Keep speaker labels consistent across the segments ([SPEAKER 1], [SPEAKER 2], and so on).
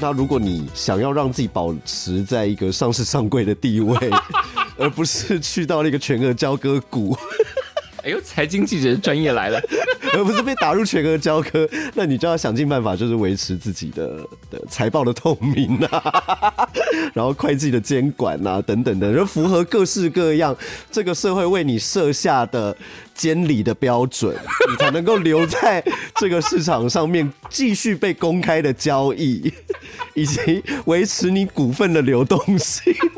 [SPEAKER 1] 那如果你想要让自己保持在一个上市上柜的地位， 而不是去到那个全额交割股，
[SPEAKER 2] 哎呦，财经记者的专业来了，
[SPEAKER 1] 而不是被打入全额交割， 那你就要想尽办法，就是维持自己的的财报的透明啊， 然后会计的监管啊，等等的，就符合各式各样这个社会为你设下的监理的标准，你才能够留在这个市场上面继续被公开的交易， 以及维持你股份的流动性。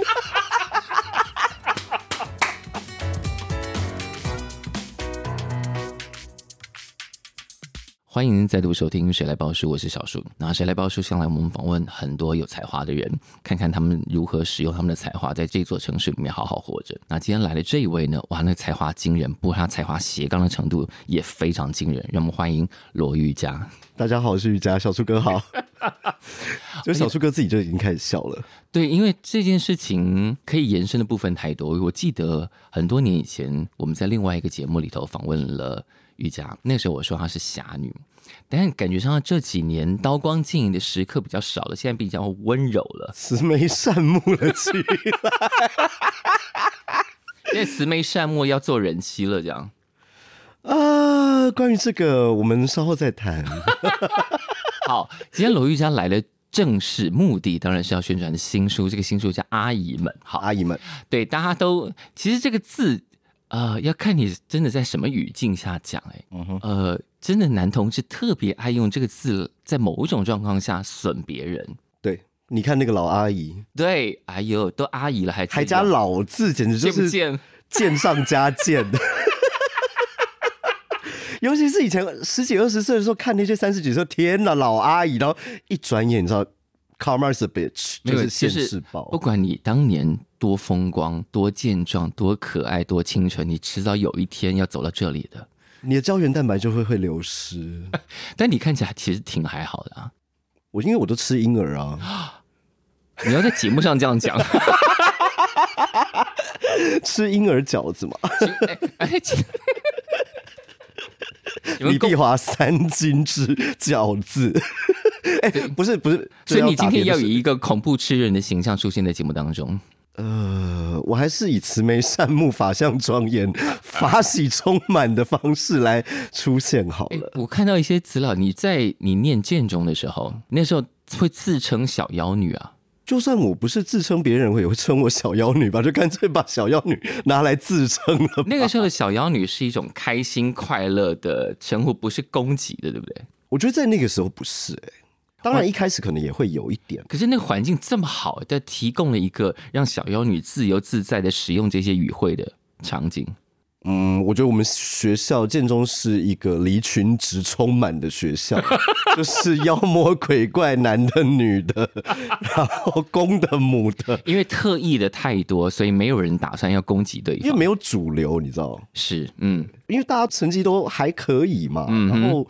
[SPEAKER 2] 欢迎再度收听《谁来报数》，我是小树。那《谁来报数》向来我们访问很多有才华的人，看看他们如何使用他们的才华，在这座城市里面好好活着。那今天来的这一位呢，哇，那才华惊人，不过他才华斜杠的程度也非常惊人。让我们欢迎罗玉佳。
[SPEAKER 1] 大家好，我是瑜伽小树哥好。就小树哥自己就已经开始笑了。
[SPEAKER 2] 对，因为这件事情可以延伸的部分太多。我记得很多年以前，我们在另外一个节目里头访问了瑜伽，那时候我说她是侠女，但感觉上这几年刀光剑影的时刻比较少了，现在比较温柔了。
[SPEAKER 1] 慈眉善目了起来。
[SPEAKER 2] 因为慈眉善目要做人妻了，这样。
[SPEAKER 1] 啊，关于这个，我们稍后再 谈。
[SPEAKER 2] 好，今天罗玉佳来的正式目的当然是要宣传新书，这个新书叫《阿姨们》。好，
[SPEAKER 1] 阿姨们，
[SPEAKER 2] 对，大家都其实这个字，呃，要看你真的在什么语境下讲、欸，哎，呃，真的男同志特别爱用这个字，在某一种状况下损别人。
[SPEAKER 1] 对，你看那个老阿姨，
[SPEAKER 2] 对，哎呦，都阿姨了还
[SPEAKER 1] 还加
[SPEAKER 2] 这样
[SPEAKER 1] 老字，简直就
[SPEAKER 2] 见不
[SPEAKER 1] 是
[SPEAKER 2] 见？
[SPEAKER 1] 贱上加贱。 尤其是以前十几二十岁的时候，看那些三十几岁，天哪，老阿姨，然后一转眼，你知道，commerce bitch
[SPEAKER 2] 没
[SPEAKER 1] 就
[SPEAKER 2] 有
[SPEAKER 1] 是现
[SPEAKER 2] 就是
[SPEAKER 1] 世报，
[SPEAKER 2] 不管你当年多风光、多健壮、多可爱、多清纯，你迟早有一天要走到这里的。
[SPEAKER 1] 你的胶原蛋白就会会流失。
[SPEAKER 2] 但你看起来其实挺还好的啊。
[SPEAKER 1] 我因为我都吃婴儿啊，
[SPEAKER 2] 你要在节目上这 样讲，
[SPEAKER 1] 吃婴儿饺子嘛，
[SPEAKER 2] 请哎哎请 你
[SPEAKER 1] 李
[SPEAKER 2] 们共
[SPEAKER 1] 碧华三金之饺子。哎、不是不是，
[SPEAKER 2] 所以你今天要
[SPEAKER 1] 这打别不
[SPEAKER 2] 以
[SPEAKER 1] 是
[SPEAKER 2] 一个恐怖吃人的形象出现在节目当中。
[SPEAKER 1] 呃，我还是以慈眉善目、法相庄严、法喜充满的方式来出现好
[SPEAKER 2] 哎
[SPEAKER 1] 了。，
[SPEAKER 2] 我看到一些资料，你在你念建中的时候，那时候会自称小妖 女啊。
[SPEAKER 1] 就算我不是自称别人，我也会称我小妖女吧，就干脆把小妖女拿来自称了吧。
[SPEAKER 2] 那个时候的小妖女是一种开心快乐的称呼，不是攻击的，对不对？
[SPEAKER 1] 我觉得在那个时候不是、哎，当然一开始可能也会有一点。
[SPEAKER 2] 可是那个环境这么好，但提供了一个让小妖女自由自在的使用这些语汇的场景。
[SPEAKER 1] 嗯，我觉得我们学校建中是一个离群值充满的学校， 就是妖魔鬼怪，男的女的，然后公的母的，
[SPEAKER 2] 因为特意的太多，所以没有人打算要攻击对
[SPEAKER 1] 因为
[SPEAKER 2] 方。
[SPEAKER 1] 没有主流，你知道。
[SPEAKER 2] 是，嗯，
[SPEAKER 1] 因为大家成绩都还可以嘛，然后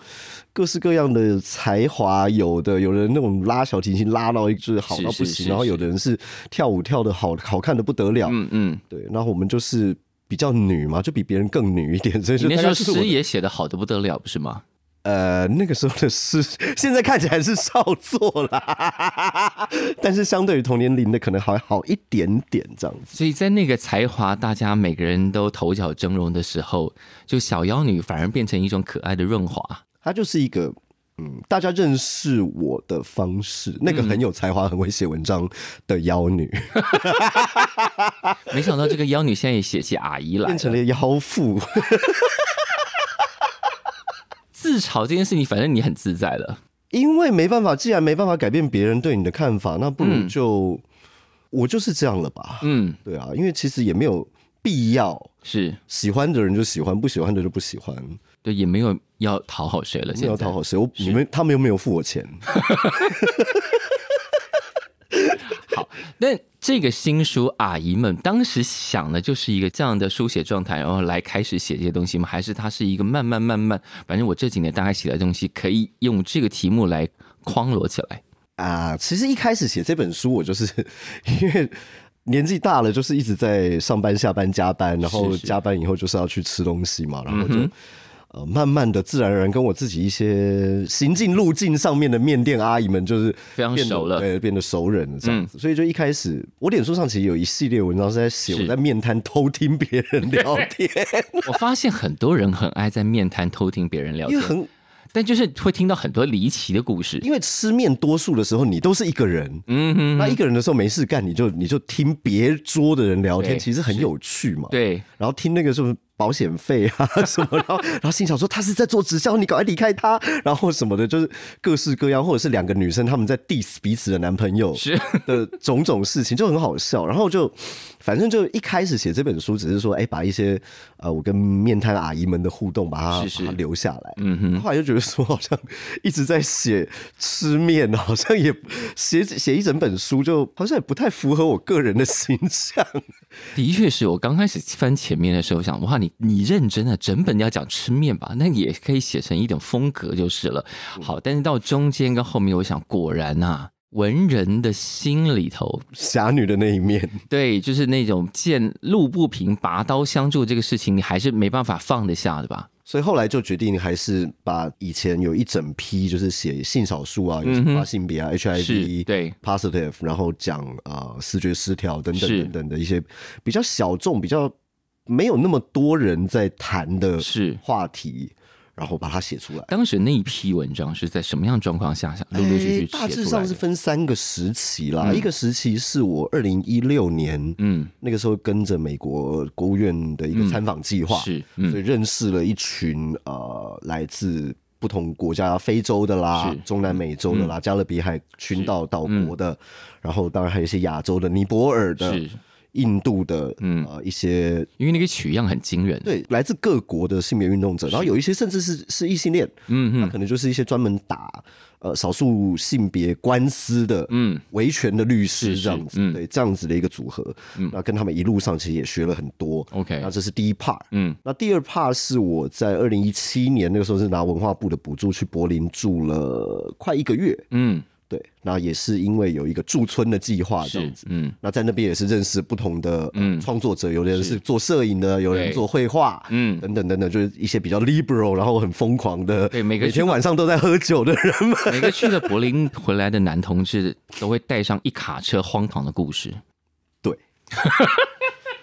[SPEAKER 1] 各式各样的才华，有的有人那种拉小提琴拉到就是好
[SPEAKER 2] 是
[SPEAKER 1] 到不
[SPEAKER 2] 是
[SPEAKER 1] 行，
[SPEAKER 2] 是
[SPEAKER 1] 然后有的人是跳舞跳的好好看的不得了，
[SPEAKER 2] 嗯嗯，
[SPEAKER 1] 对，然后我们就是比较女嘛，就比别人更女一点，所以
[SPEAKER 2] 你
[SPEAKER 1] 就
[SPEAKER 2] 那
[SPEAKER 1] 大
[SPEAKER 2] 时
[SPEAKER 1] 家
[SPEAKER 2] 候
[SPEAKER 1] 就是我
[SPEAKER 2] 诗
[SPEAKER 1] 的
[SPEAKER 2] 也写的好的不得了，不是吗？
[SPEAKER 1] 呃那个时候的诗，现在看起来是少作啦， 但是相对于同年龄的可能还好一点点这样子。
[SPEAKER 2] 所以在那个才华大家每个人都头角峥嵘的时候，就小妖女反而变成一种可爱的润滑。
[SPEAKER 1] 它就是一个嗯，大家认识我的方式。那个很有才华、很会写文章的妖女，
[SPEAKER 2] 嗯没想到这个妖女现在也写起阿姨来
[SPEAKER 1] 变
[SPEAKER 2] 了，
[SPEAKER 1] 成了妖妇。
[SPEAKER 2] 自嘲这件事情，反正你很自在了。
[SPEAKER 1] 因为没办法，既然没办法改变别人对你的看法，那不如就、我就是这样了吧？
[SPEAKER 2] 嗯，
[SPEAKER 1] 对啊，因为其实也没有必要，
[SPEAKER 2] 是
[SPEAKER 1] 喜欢的人就喜欢，不喜欢的就不喜欢，
[SPEAKER 2] 对，也没有要讨好谁了。
[SPEAKER 1] 没
[SPEAKER 2] 现
[SPEAKER 1] 有
[SPEAKER 2] 在
[SPEAKER 1] 讨好谁。我你们他们又没有付我钱，
[SPEAKER 2] 但这个新书阿姨们当时想的就是一个这样的书写状态，然后来开始写这些东西吗？还是它是一个慢慢慢慢，反正我这几年大概写的东西可以用这个题目来框罗起来。
[SPEAKER 1] 啊，其实一开始写这本书，我就是 因为年纪大了，就是一直在上班、下班、加班，然后
[SPEAKER 2] 是是嗯
[SPEAKER 1] 加班以后就是要去吃东西嘛，然后就。呃，慢慢的自然而然跟我自己一些行进路径上面的面店阿姨们就是
[SPEAKER 2] 非常
[SPEAKER 1] 变得
[SPEAKER 2] 熟了嗯
[SPEAKER 1] 对，变得熟人了这样子。所以就一开始，我脸书上其实有一系列文章是在写
[SPEAKER 2] 是
[SPEAKER 1] 我在面摊偷听别人聊 天，
[SPEAKER 2] 我发现很多人很爱在面谈偷听别人聊
[SPEAKER 1] 因
[SPEAKER 2] 天
[SPEAKER 1] 为，很
[SPEAKER 2] 但就是会听到很多离奇的故事。
[SPEAKER 1] 因为吃面多数的时候你都是一个人，
[SPEAKER 2] 嗯哼，
[SPEAKER 1] 那一个人的时候没事干，你就你就听别桌的人聊
[SPEAKER 2] 对
[SPEAKER 1] 天，其实很有趣嘛。。
[SPEAKER 2] 对，
[SPEAKER 1] 然后听那个什么保险费啊什么，然后然后心想说他是在做直销，你赶快离开他，然后什么的，就是各式各样，或者是两个女生她们在 diss 彼此的男朋友
[SPEAKER 2] 是
[SPEAKER 1] 的种种事情，就很好笑。然后就反正就一开始写这本书，只是说哎，把一些呃我跟面摊阿姨们的互动，把它
[SPEAKER 2] 是是
[SPEAKER 1] 把它留下来。
[SPEAKER 2] 嗯哼，
[SPEAKER 1] 后来就觉得说，好像一直在写吃面，好像也写写一整本书，就好像也不太符合我个人的形象。
[SPEAKER 2] 的确是我刚开始翻前面的时候想，哇，你你认真啊，整本要讲吃面吧，那也可以写成一种风格就是了。
[SPEAKER 1] 嗯
[SPEAKER 2] 好，但是到中间跟后面，我想果然啊，文人的心里头
[SPEAKER 1] 侠女的那一面，
[SPEAKER 2] 对，就是那种见路不平拔刀相助这个事情，你还是没办法放得下的吧？
[SPEAKER 1] 所以后来就决定还是把以前有一整批就是写性少数啊、有
[SPEAKER 2] 嗯哼
[SPEAKER 1] 跨性别啊、
[SPEAKER 2] 是
[SPEAKER 1] HIV
[SPEAKER 2] 对
[SPEAKER 1] positive，然后讲啊、呃、视觉失调等等
[SPEAKER 2] 是
[SPEAKER 1] 等等的一些比较小众、比较没有那么多人在谈的
[SPEAKER 2] 是
[SPEAKER 1] 话题，然后把它写出来。
[SPEAKER 2] 当时那一批文章是在什么样状况下想陆陆续续
[SPEAKER 1] 哎大致
[SPEAKER 2] 写出来
[SPEAKER 1] 上
[SPEAKER 2] 的？
[SPEAKER 1] 是分三个时期啦，
[SPEAKER 2] 嗯
[SPEAKER 1] 一个时期是我二零一六年，
[SPEAKER 2] 嗯，
[SPEAKER 1] 那个时候跟着美国国务院的一个参访计划，
[SPEAKER 2] 是嗯
[SPEAKER 1] 所以认识了一群呃来自。不同国家，非洲的啦
[SPEAKER 2] 是，嗯
[SPEAKER 1] 中南美洲的啦，加勒比海群岛岛国的，然后当然还有一些亚洲的，尼泊尔的
[SPEAKER 2] 是，
[SPEAKER 1] 印度的，
[SPEAKER 2] 嗯
[SPEAKER 1] 呃，一些
[SPEAKER 2] 因为那个取样很惊人。，
[SPEAKER 1] 对来自各国的性别运动者，然后有一些甚至是是异性恋，
[SPEAKER 2] 嗯
[SPEAKER 1] 他
[SPEAKER 2] 嗯
[SPEAKER 1] 可能就是一些专门打呃少数性别官司的，
[SPEAKER 2] 嗯
[SPEAKER 1] 嗯，维权的律师
[SPEAKER 2] 是
[SPEAKER 1] 这样子，
[SPEAKER 2] 嗯
[SPEAKER 1] 对，这样子的一个组合。那跟他们一路上其实也学了很多。
[SPEAKER 2] ，OK，
[SPEAKER 1] 那这是第一 part。
[SPEAKER 2] 嗯
[SPEAKER 1] 那第二 part 是我在二零一七年那个时候是拿文化部的补助去柏林住了快一个月，
[SPEAKER 2] 嗯，
[SPEAKER 1] 对，那也是因为有一个驻村的计划这
[SPEAKER 2] 是
[SPEAKER 1] 样子，。
[SPEAKER 2] 嗯
[SPEAKER 1] 那在那边也是认识不同的
[SPEAKER 2] 嗯
[SPEAKER 1] 呃创、作者，有的人是做摄影的，有人
[SPEAKER 2] 对
[SPEAKER 1] 做绘画，
[SPEAKER 2] 嗯，
[SPEAKER 1] 等等等等，就是一些比较 liberal，然后很疯狂的，
[SPEAKER 2] 对每个
[SPEAKER 1] 天晚上都在喝酒的人们。
[SPEAKER 2] 每个去了柏林回来的男同志都会带上一卡车荒唐的故事。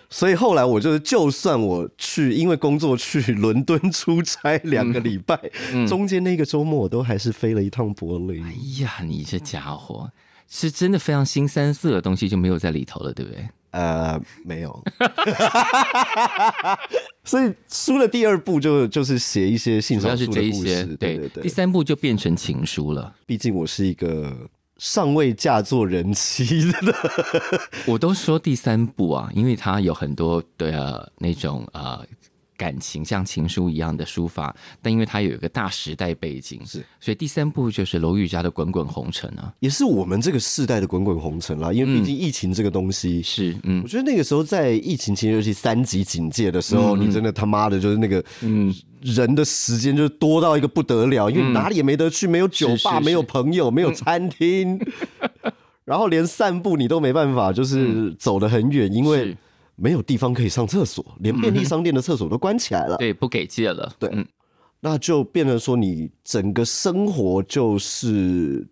[SPEAKER 1] 所以后来我就是，就算我去，因为工作去伦敦出差两个礼拜，
[SPEAKER 2] 嗯
[SPEAKER 1] 中间那个周末我都还是飞了一趟柏林。
[SPEAKER 2] 哎呀，你这家伙是真的非常新三色的东西就没有在里头了，对不对？
[SPEAKER 1] 呃，没有。 所以书的第二步就就是写一些性
[SPEAKER 2] 主
[SPEAKER 1] 少
[SPEAKER 2] 要是
[SPEAKER 1] 数
[SPEAKER 2] 这
[SPEAKER 1] 的
[SPEAKER 2] 一
[SPEAKER 1] 故
[SPEAKER 2] 些
[SPEAKER 1] 事，，对对
[SPEAKER 2] 第
[SPEAKER 1] 对。
[SPEAKER 2] 三部就变成情书了。
[SPEAKER 1] 毕竟我是一个尚未嫁作人妻的，
[SPEAKER 2] 我都说第三部啊，因为它有很多的、呃、那种呃感情，像情书一样的抒发，但因为它有一个大时代背景，
[SPEAKER 1] 是，
[SPEAKER 2] 所以第三部就是楼玉家的《滚滚红尘》啊，
[SPEAKER 1] 也是我们这个世代的滚滚红尘啦。因为毕
[SPEAKER 2] 嗯
[SPEAKER 1] 竟疫情这个东西，
[SPEAKER 2] 是，嗯
[SPEAKER 1] 我，觉得那个时候在疫情期间，尤其三级警戒的时
[SPEAKER 2] 嗯
[SPEAKER 1] 候，你真的他妈的就是那个，人的时间就多到一个不得了，因为哪里也没得去，没有酒
[SPEAKER 2] 嗯是
[SPEAKER 1] 吧，
[SPEAKER 2] 是嗯
[SPEAKER 1] 没有朋友，没有餐 厅，然后连散步你都没办法，就是走得很远，因为
[SPEAKER 2] 嗯是
[SPEAKER 1] 没有地方可以上厕所，连便利商店的厕所都关起来了，
[SPEAKER 2] 对，不给借了，
[SPEAKER 1] 对
[SPEAKER 2] 嗯，
[SPEAKER 1] 那就变成说你整个生活就是。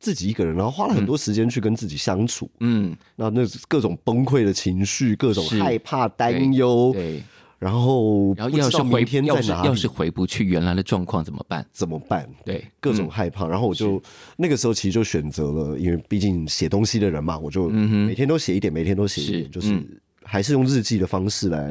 [SPEAKER 1] 自己一个人，然后花了很多时间去跟自己相处，
[SPEAKER 2] 嗯，
[SPEAKER 1] 那那各种崩溃的情绪，各种
[SPEAKER 2] 是
[SPEAKER 1] 害怕、担忧，
[SPEAKER 2] 对，
[SPEAKER 1] 然后
[SPEAKER 2] 然后
[SPEAKER 1] 不知
[SPEAKER 2] 要是
[SPEAKER 1] 道
[SPEAKER 2] 回
[SPEAKER 1] 明天
[SPEAKER 2] 要
[SPEAKER 1] 在
[SPEAKER 2] 是
[SPEAKER 1] 哪
[SPEAKER 2] 要
[SPEAKER 1] 里
[SPEAKER 2] 是回不去原来的状况怎么办？嗯
[SPEAKER 1] 怎么办？
[SPEAKER 2] 对，
[SPEAKER 1] 各种害怕，然后我就那个时候其实就选择了，因为毕竟写东西的人嘛，我就每天都写一点，每天都写一
[SPEAKER 2] 嗯是
[SPEAKER 1] 点，就是
[SPEAKER 2] 嗯
[SPEAKER 1] 还是用日记的方式来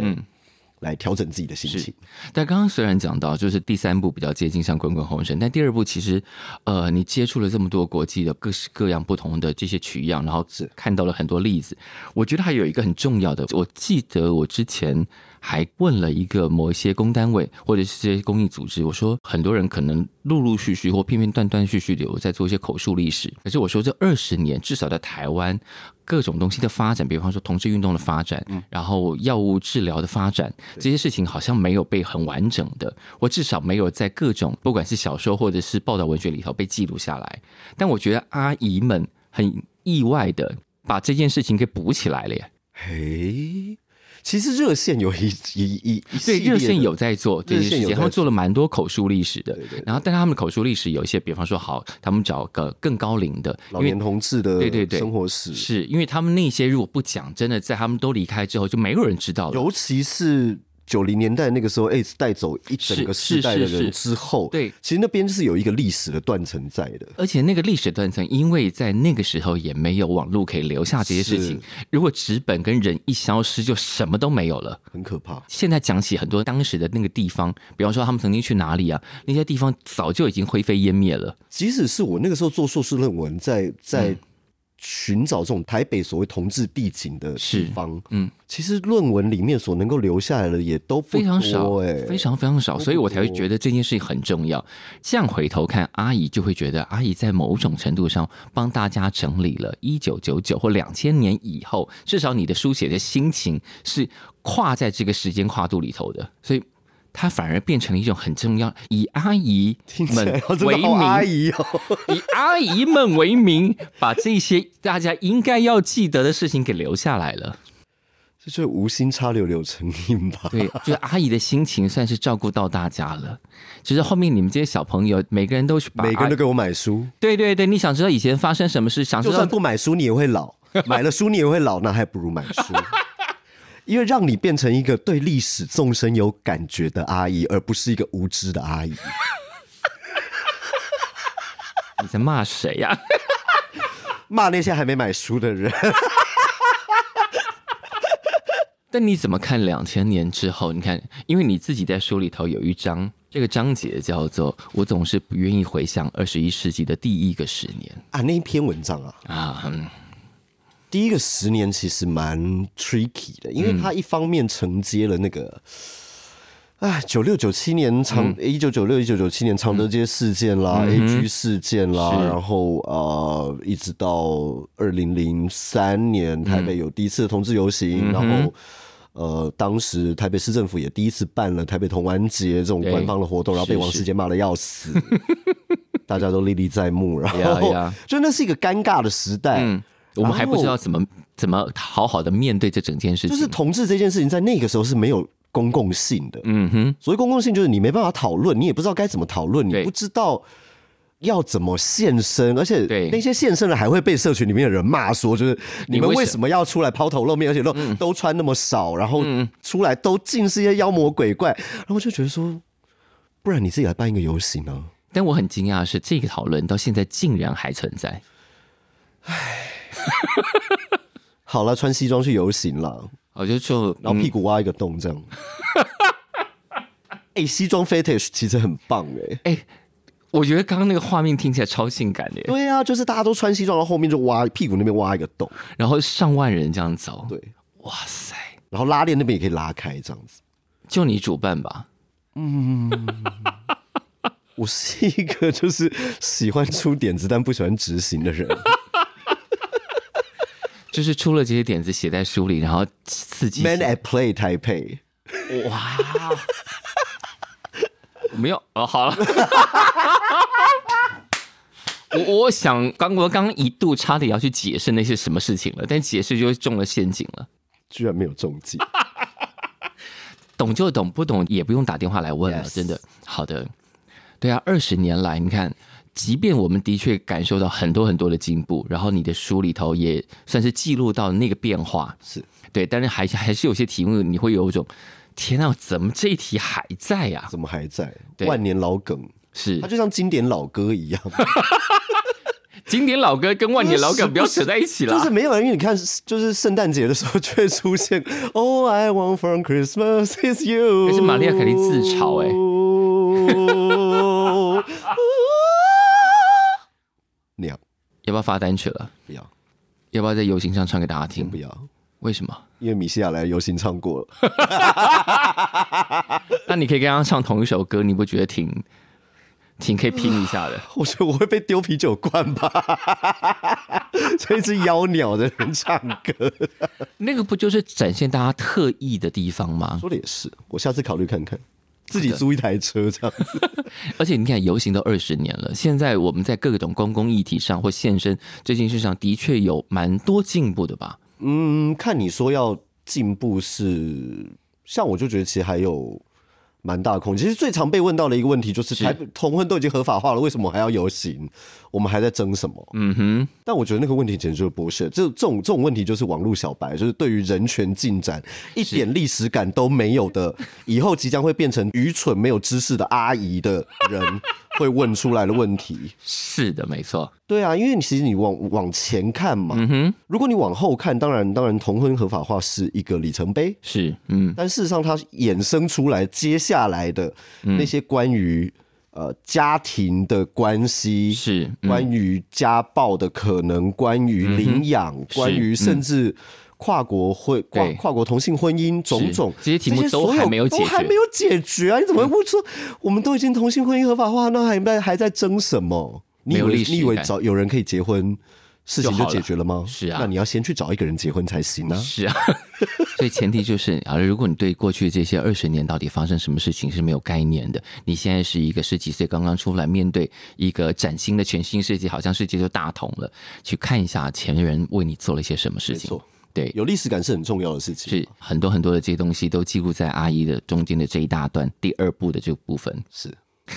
[SPEAKER 1] 来调整自己的心情。
[SPEAKER 2] 但刚刚虽然讲到，就是第三部比较接近像《滚滚红尘》，但第二部其实，呃，你接触了这么多国际的各式各样不同的这些取样，然后只看到了很多例子。我觉得还有一个很重要的，我记得我之前还问了一个某一些公单位或者是这些公益组织，我说很多人可能陆陆续续或片片段段续续的有在做一些口述历史，可是我说这二十年至少在台湾。各种东西的发展，比方说同志运动的发展，然后药物治疗的发展，这些事情好像没有被很完整的，我至少没有在各种不管是小说或者是报道文学里头被记录下来。但我觉得阿姨们很意外的把这件事情给补起来了耶。
[SPEAKER 1] 嘿，其实热线有一一一一
[SPEAKER 2] 对，
[SPEAKER 1] 系列
[SPEAKER 2] 热
[SPEAKER 1] 的
[SPEAKER 2] 线有在做这件
[SPEAKER 1] 热线
[SPEAKER 2] 事
[SPEAKER 1] 有
[SPEAKER 2] 情，
[SPEAKER 1] 在
[SPEAKER 2] 他们做
[SPEAKER 1] 做
[SPEAKER 2] 了蛮多口述历史的。
[SPEAKER 1] 对对对
[SPEAKER 2] 然后，但他们的口述历史有一些，比方说，好，他们找个更高龄的，因
[SPEAKER 1] 老
[SPEAKER 2] 为
[SPEAKER 1] 年同志的
[SPEAKER 2] 对对对
[SPEAKER 1] 生活史，
[SPEAKER 2] 是因为他们那些如果不讲，真的在他们都离开之后，就没有人知道了。
[SPEAKER 1] 尤其是九零年代那个时候，AIDS 带走一整个
[SPEAKER 2] 是
[SPEAKER 1] 世代的
[SPEAKER 2] 是是
[SPEAKER 1] 人之后，
[SPEAKER 2] 对
[SPEAKER 1] 其实那边是有一个历史的断层在的。
[SPEAKER 2] 而且那个历史断层，因为在那个时候也没有网络可以留下这些事情
[SPEAKER 1] 是。
[SPEAKER 2] 如果纸本跟人一消失，就什么都没有了。
[SPEAKER 1] 很可怕，
[SPEAKER 2] 现在讲起很多当时的那个地方，比方说他们曾经去哪里啊，那些地方早就已经灰飞烟灭了。
[SPEAKER 1] 即使是我那个时候做硕士论文在，在
[SPEAKER 2] 嗯
[SPEAKER 1] 寻找这种台北所谓同志地景的地
[SPEAKER 2] 是
[SPEAKER 1] 方，
[SPEAKER 2] 嗯，
[SPEAKER 1] 其实论文里面所能够留下来的也都不
[SPEAKER 2] 非常少
[SPEAKER 1] 多、哎，，
[SPEAKER 2] 非常非常少，
[SPEAKER 1] 不
[SPEAKER 2] 所以我才会
[SPEAKER 1] 多
[SPEAKER 2] 觉得这件事情很重要。这样回头看，阿姨就会觉得阿姨在某种程度上帮大家整理了一九九九或两千年以后，至少你的书写的心情是跨在这个时间跨度里头的，所以。它反而变成了一种很重要，以阿姨
[SPEAKER 1] 听起
[SPEAKER 2] 们
[SPEAKER 1] 来真
[SPEAKER 2] 为
[SPEAKER 1] 的好阿
[SPEAKER 2] 名，
[SPEAKER 1] 姨哦、
[SPEAKER 2] 以阿姨们为名，把这些大家应该要记得的事情给留下来 了。
[SPEAKER 1] 这就是无心插柳柳成荫吧？
[SPEAKER 2] 对，就是阿姨的心情算是照顾到大家了。就是后面你们这些小朋友，每个人都去把
[SPEAKER 1] 每个人都
[SPEAKER 2] 阿
[SPEAKER 1] 给我买书，
[SPEAKER 2] 对对对，你想知道以前发生什么事，想知
[SPEAKER 1] 就
[SPEAKER 2] 道
[SPEAKER 1] 算不买书你也会老，买了书你也会老，那还不如买书。 因为让你变成一个对历史纵深有感觉的阿姨，而不是一个无知的阿姨。
[SPEAKER 2] 你在骂谁啊呀、
[SPEAKER 1] 骂那些还没买书的人，
[SPEAKER 2] 但你怎么看两千年之后？你看，因为你自己在书里头有一章，这个章节叫做“我总是不愿意回想二十一世纪的第一个十年
[SPEAKER 1] 啊，那一篇文章啊，”
[SPEAKER 2] 啊，嗯
[SPEAKER 1] 第一个十年其实蛮 tricky 的，因为
[SPEAKER 2] 嗯
[SPEAKER 1] 它一方面承接了那个，哎、九六九七年
[SPEAKER 2] 嗯
[SPEAKER 1] 长一九九六一九九七年常德街事件啦、a g 事件啦，
[SPEAKER 2] 是
[SPEAKER 1] 然后呃，一直到二零零三年台
[SPEAKER 2] 嗯
[SPEAKER 1] 北有第一次的同志游行，然后。呃，当时台北市政府也第一次办了台北同安节这种
[SPEAKER 2] 对
[SPEAKER 1] 官方的活动，然后被
[SPEAKER 2] 是
[SPEAKER 1] 王
[SPEAKER 2] 是
[SPEAKER 1] 世杰骂的要 死，大家都历历在目。然
[SPEAKER 2] 呀
[SPEAKER 1] 后
[SPEAKER 2] 呀
[SPEAKER 1] 就那是一个尴尬的时代，
[SPEAKER 2] 嗯，我们还不知道怎么怎么好好的面对这整件事情。
[SPEAKER 1] 就是同志这件事情在那个时候是没有公共性的。
[SPEAKER 2] 嗯哼，
[SPEAKER 1] 所谓公共性，就是你没办法讨论，你也不知道该怎么讨论，你
[SPEAKER 2] 对
[SPEAKER 1] 不知道要怎么现身，而且
[SPEAKER 2] 对
[SPEAKER 1] 那些现身的还会被社群里面的人骂说，就是你们
[SPEAKER 2] 你为
[SPEAKER 1] 为
[SPEAKER 2] 什嗯
[SPEAKER 1] 什么要出来抛头露面，而且都、都穿那么少，然后出来都尽是一些妖魔鬼怪，然后我就觉得说，不然你自己来办一个游行啊。
[SPEAKER 2] 但我很惊讶的是，这个讨论到现在竟然还存在。
[SPEAKER 1] 好了，穿西装去游行了，
[SPEAKER 2] 我哦就就嗯
[SPEAKER 1] 然后屁股挖一个洞这样。 哎、西装 fetish 其实很棒哎、
[SPEAKER 2] 哎、我觉得刚刚那个画面听起来超性感的耶，
[SPEAKER 1] 对啊，就是大家都穿西装，然后后面就挖屁股那边挖一个洞，
[SPEAKER 2] 然后上万人这样走，
[SPEAKER 1] 对，
[SPEAKER 2] 哇塞，
[SPEAKER 1] 然后拉链那边也可以拉开这样子。
[SPEAKER 2] 就你主办吧，
[SPEAKER 1] 我是一个就是喜欢出点子但不喜欢执行的 人，
[SPEAKER 2] 就是出了这些点子写在书里，然后刺激
[SPEAKER 1] Man at Play 台北，
[SPEAKER 2] 哇，没有哦，好 了。我我想刚我刚刚一度差点要去解释那些什么事情了，但解释就中了陷阱了。
[SPEAKER 1] 居然没有中计。
[SPEAKER 2] 懂就懂，不懂也不用打电话来问了
[SPEAKER 1] Yes
[SPEAKER 2] 真的。好的，对啊，二十年来，你看，即便我们的确感受到很多很多的进步，然后你的书里头也算是记录到那个变化，
[SPEAKER 1] 是
[SPEAKER 2] 对，但是还是 还是有些题目你会有一种，天啊，怎么这一题还在呀、
[SPEAKER 1] 怎么还在？
[SPEAKER 2] 对嗯
[SPEAKER 1] 万年老梗，
[SPEAKER 2] 是
[SPEAKER 1] 它就像经典老歌一样，
[SPEAKER 2] 经典老歌跟万年老梗不要扯 在一起了，
[SPEAKER 1] 就是没有人。因为你看，就是圣诞节的时候就会出现 All I want from Christmas is you，
[SPEAKER 2] 可是玛丽亚凯莉自嘲欸
[SPEAKER 1] 那样
[SPEAKER 2] 要不要发单曲了？
[SPEAKER 1] 不要，
[SPEAKER 2] 要不要在游行上唱给大家听
[SPEAKER 1] 不？要。
[SPEAKER 2] 为什么？
[SPEAKER 1] 因为米西亚来游行唱过了，
[SPEAKER 2] 那你可以跟他唱同一首歌，你不觉得挺挺可以拼一下的？
[SPEAKER 1] 我觉得我会被丢啤酒罐吧。 这一只妖鸟的人唱歌，
[SPEAKER 2] 那个不就是展现大家特异的地方吗？
[SPEAKER 1] 说的也是，我下次考虑看看，自己租一台车这 样子。
[SPEAKER 2] 而且你看，游行都二十年了，现在我们在各种公共议题上或现身这件事上，的确有蛮多进步的吧？
[SPEAKER 1] 嗯，看你说要进步是，像我就觉得其实还有蛮大的空间。其实最常被问到的一个问题就是，
[SPEAKER 2] 是
[SPEAKER 1] 台北同婚都已经合法化了，为什么还要游行？我们还在争什么？
[SPEAKER 2] 嗯哼，
[SPEAKER 1] 但我觉得那个问题简直就是剥削。这这种这种问题就是网络小白，就是对于人权进展一点历史感都没有的，以后即将会变成愚蠢没有知识的阿姨的 人会问出来的问题。
[SPEAKER 2] 是的，没错，
[SPEAKER 1] 对啊，因为其实你往往前看嘛，
[SPEAKER 2] 嗯哼，
[SPEAKER 1] 如果你往后看，当然当然同婚合法化是一个里程碑，
[SPEAKER 2] 是，嗯，
[SPEAKER 1] 但事实上，它衍生出来接下来的
[SPEAKER 2] 嗯
[SPEAKER 1] 那些关于、呃家庭的关系，
[SPEAKER 2] 是，嗯
[SPEAKER 1] 关于家暴的可能，关于领养，
[SPEAKER 2] 嗯是
[SPEAKER 1] 关于甚至跨国婚、跨
[SPEAKER 2] 对
[SPEAKER 1] 跨国同性婚姻种种
[SPEAKER 2] 这些题目
[SPEAKER 1] 这些
[SPEAKER 2] 都
[SPEAKER 1] 所
[SPEAKER 2] 还没有解决
[SPEAKER 1] 都还没有解决啊！你怎么会问说、我们都已经同性婚姻合法化，那还在还在争什么？你以
[SPEAKER 2] 没有
[SPEAKER 1] 为
[SPEAKER 2] 历史
[SPEAKER 1] 你以为
[SPEAKER 2] 感
[SPEAKER 1] 找有人可以结婚？事情
[SPEAKER 2] 就
[SPEAKER 1] 就
[SPEAKER 2] 好了
[SPEAKER 1] 解决了吗？
[SPEAKER 2] 是啊
[SPEAKER 1] 那你要先去找一个人结婚才行啊！
[SPEAKER 2] 是啊，所以前提就是啊，如果你对过去这些二十年到底发生什么事情是没有概念的，你现在是一个十几岁刚刚出来，面对一个崭新的全新世界，好像世界就大同了，去看一下前人为你做了一些什么事
[SPEAKER 1] 没
[SPEAKER 2] 情
[SPEAKER 1] 错。
[SPEAKER 2] 对，
[SPEAKER 1] 有历史感是很重要的事情。
[SPEAKER 2] 是很多很多的这些东西都记录在阿姨的中间的这一大段第二部的这个部分。
[SPEAKER 1] 是，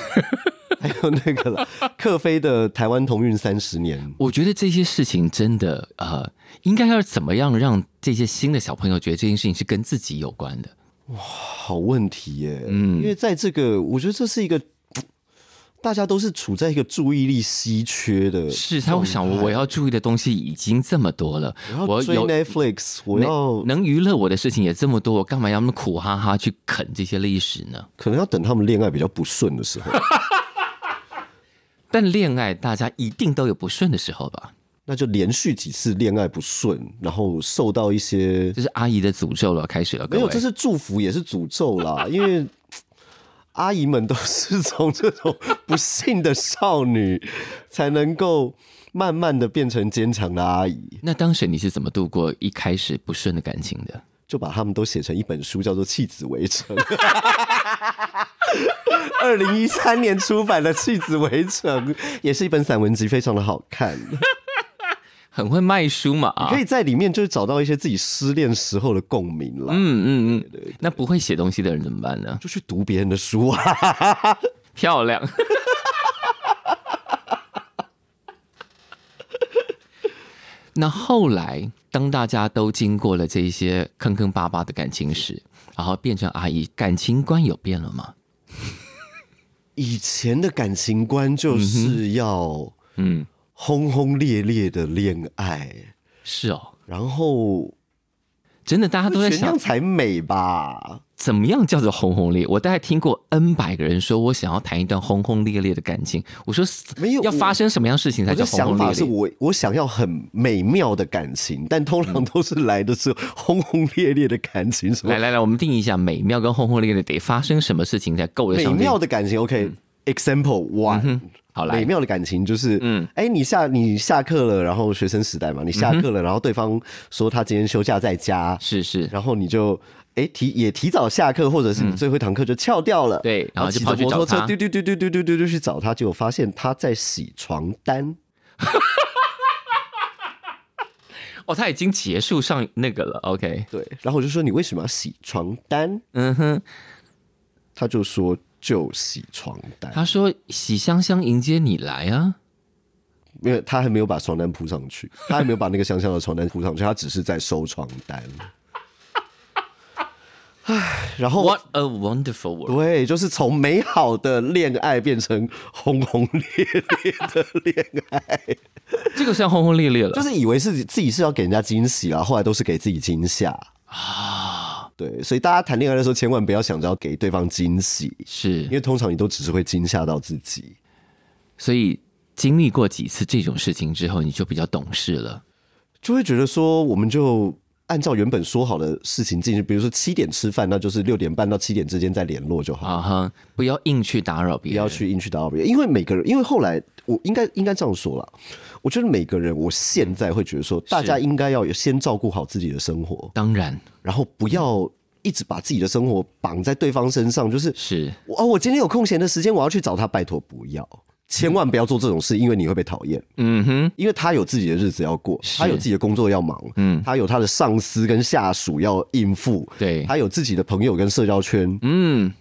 [SPEAKER 1] 还有那个了， 克菲的台湾同运三十年，
[SPEAKER 2] 我觉得这些事情真的呃，应该要怎么样让这些新的小朋友觉得这件事情是跟自己有关的？
[SPEAKER 1] 好问题耶。
[SPEAKER 2] 嗯
[SPEAKER 1] 因为在这个，我觉得这是一个大家都是处在一个注意力稀缺的，
[SPEAKER 2] 是他会想，我要注意的东西已经这么多了，
[SPEAKER 1] 我要追哦
[SPEAKER 2] 有
[SPEAKER 1] Netflix，我要
[SPEAKER 2] 能娱乐我的事情也这么多，我干嘛要那么苦哈哈去啃这些历史呢？
[SPEAKER 1] 可能要等他们恋爱比较不顺的时 候，
[SPEAKER 2] 但恋爱大家一定都有不顺的时候吧？
[SPEAKER 1] 那就连续几次恋爱不顺，然后受到一些
[SPEAKER 2] 这是阿姨的诅咒了，开始了，
[SPEAKER 1] 没
[SPEAKER 2] 各位。
[SPEAKER 1] 有，这是祝福也是诅咒 啦，因为。阿姨们都是从这种不幸的少女，才能够慢慢的变成坚强的阿姨，
[SPEAKER 2] 那当时你是怎么度过一开始不顺的感情的？
[SPEAKER 1] 就把她们都写成一本书，叫做《弃子围城》。 二零一三年出版的《弃子围城》也是一本散文集，非常的好看。
[SPEAKER 2] 很会卖书嘛啊
[SPEAKER 1] 可！以在里面就是找到一些自己失恋时候的共鸣啦。
[SPEAKER 2] 嗯嗯嗯，那不会写东西的人怎么办呢？
[SPEAKER 1] 就去读别人的书啊，
[SPEAKER 2] 漂亮。 那后来，当大家都经过了这一些坑坑巴巴的感情史，然后变成阿姨，感情观有变了吗？
[SPEAKER 1] 以前的感情观就是要
[SPEAKER 2] 嗯，
[SPEAKER 1] 轰轰烈烈的恋爱，
[SPEAKER 2] 是哦，
[SPEAKER 1] 然后
[SPEAKER 2] 真的，大家都在
[SPEAKER 1] 全
[SPEAKER 2] 想
[SPEAKER 1] 样才美吧？
[SPEAKER 2] 怎么样叫做轰轰烈？我大概听过 N 百个人说我想要谈一段轰轰烈烈的感情，我说
[SPEAKER 1] 没有
[SPEAKER 2] 要
[SPEAKER 1] 我
[SPEAKER 2] 发生什么样事情才
[SPEAKER 1] 我
[SPEAKER 2] 叫
[SPEAKER 1] 的
[SPEAKER 2] 轰
[SPEAKER 1] 想
[SPEAKER 2] 轰
[SPEAKER 1] 法
[SPEAKER 2] 烈
[SPEAKER 1] 是
[SPEAKER 2] 烈？
[SPEAKER 1] 我我想要很美妙的感情，但通常都是来的 是轰轰烈烈的感情，什
[SPEAKER 2] 来
[SPEAKER 1] 么
[SPEAKER 2] 来来，我们定义一下美妙跟轰轰烈烈得发生什么事情才够得
[SPEAKER 1] 美
[SPEAKER 2] 上这个
[SPEAKER 1] 妙的感情。OK，example one，
[SPEAKER 2] 好来
[SPEAKER 1] 美妙的感情就是，嗯，哎，你下你下课了，然后学生时代嘛，你下课了，然后对方说他今天休假在家，
[SPEAKER 2] 嗯是是，
[SPEAKER 1] 然后你就哎提也提早下课，或者是你最后一堂课就翘掉了，
[SPEAKER 2] 嗯对然后就
[SPEAKER 1] 骑
[SPEAKER 2] 跑
[SPEAKER 1] 着
[SPEAKER 2] 去
[SPEAKER 1] 摩
[SPEAKER 2] 找
[SPEAKER 1] 托
[SPEAKER 2] 他
[SPEAKER 1] 车丢丢丢丢丢丢丢丢去找他，结果发现他在洗床单。
[SPEAKER 2] 哦，他已经结束上那个了，OK，
[SPEAKER 1] 对，然后我就说你为什么要洗床单？
[SPEAKER 2] 嗯哼，
[SPEAKER 1] 他就说就洗床单，
[SPEAKER 2] 他说喜香香迎接你来啊，
[SPEAKER 1] 没有他还没有把床单铺上去，他还没有把那个香香的床单铺上去，他只是在收床单。唉，然后
[SPEAKER 2] What a wonderful world！
[SPEAKER 1] 对，就是从美好的恋爱变成轰轰烈烈的恋爱，
[SPEAKER 2] 这个算轰轰烈烈 了，
[SPEAKER 1] 就是以为是自己是要给人家惊喜啊，后来都是给自己惊吓啊。对，所以大家谈恋爱的时候，千万不要想着要给对方惊喜，因
[SPEAKER 2] 是，
[SPEAKER 1] 为通常你都只是会惊吓到自己。
[SPEAKER 2] 所以经历过几次这种事情之后，你就比较懂事了。
[SPEAKER 1] 就会觉得说，我们就按照原本说好的事情进行，比如说七点吃饭，那就是六点半到七点之间再联络就好，
[SPEAKER 2] 啊哈！不要硬去打扰别
[SPEAKER 1] 不
[SPEAKER 2] 人，
[SPEAKER 1] 要去硬去打扰别人。因为每个人，因为后来我应该应该这样说啦，我觉得每个人，我现在会觉得说，大家应该要先照顾好自己的生活，
[SPEAKER 2] 当然
[SPEAKER 1] 然后不要一直把自己的生活绑在对方身上，就是。
[SPEAKER 2] 是
[SPEAKER 1] 哦，我今天有空闲的时间，我要去找他，拜托不要。千万不要做这种事，因为你会被讨厌。
[SPEAKER 2] 嗯哼，
[SPEAKER 1] 因为他有自己的日子要过，
[SPEAKER 2] 是
[SPEAKER 1] 他有自己的工作要忙，
[SPEAKER 2] 嗯
[SPEAKER 1] 他有他的上司跟下属要应付，
[SPEAKER 2] 对，
[SPEAKER 1] 他有自己的朋友跟社交圈。
[SPEAKER 2] 嗯，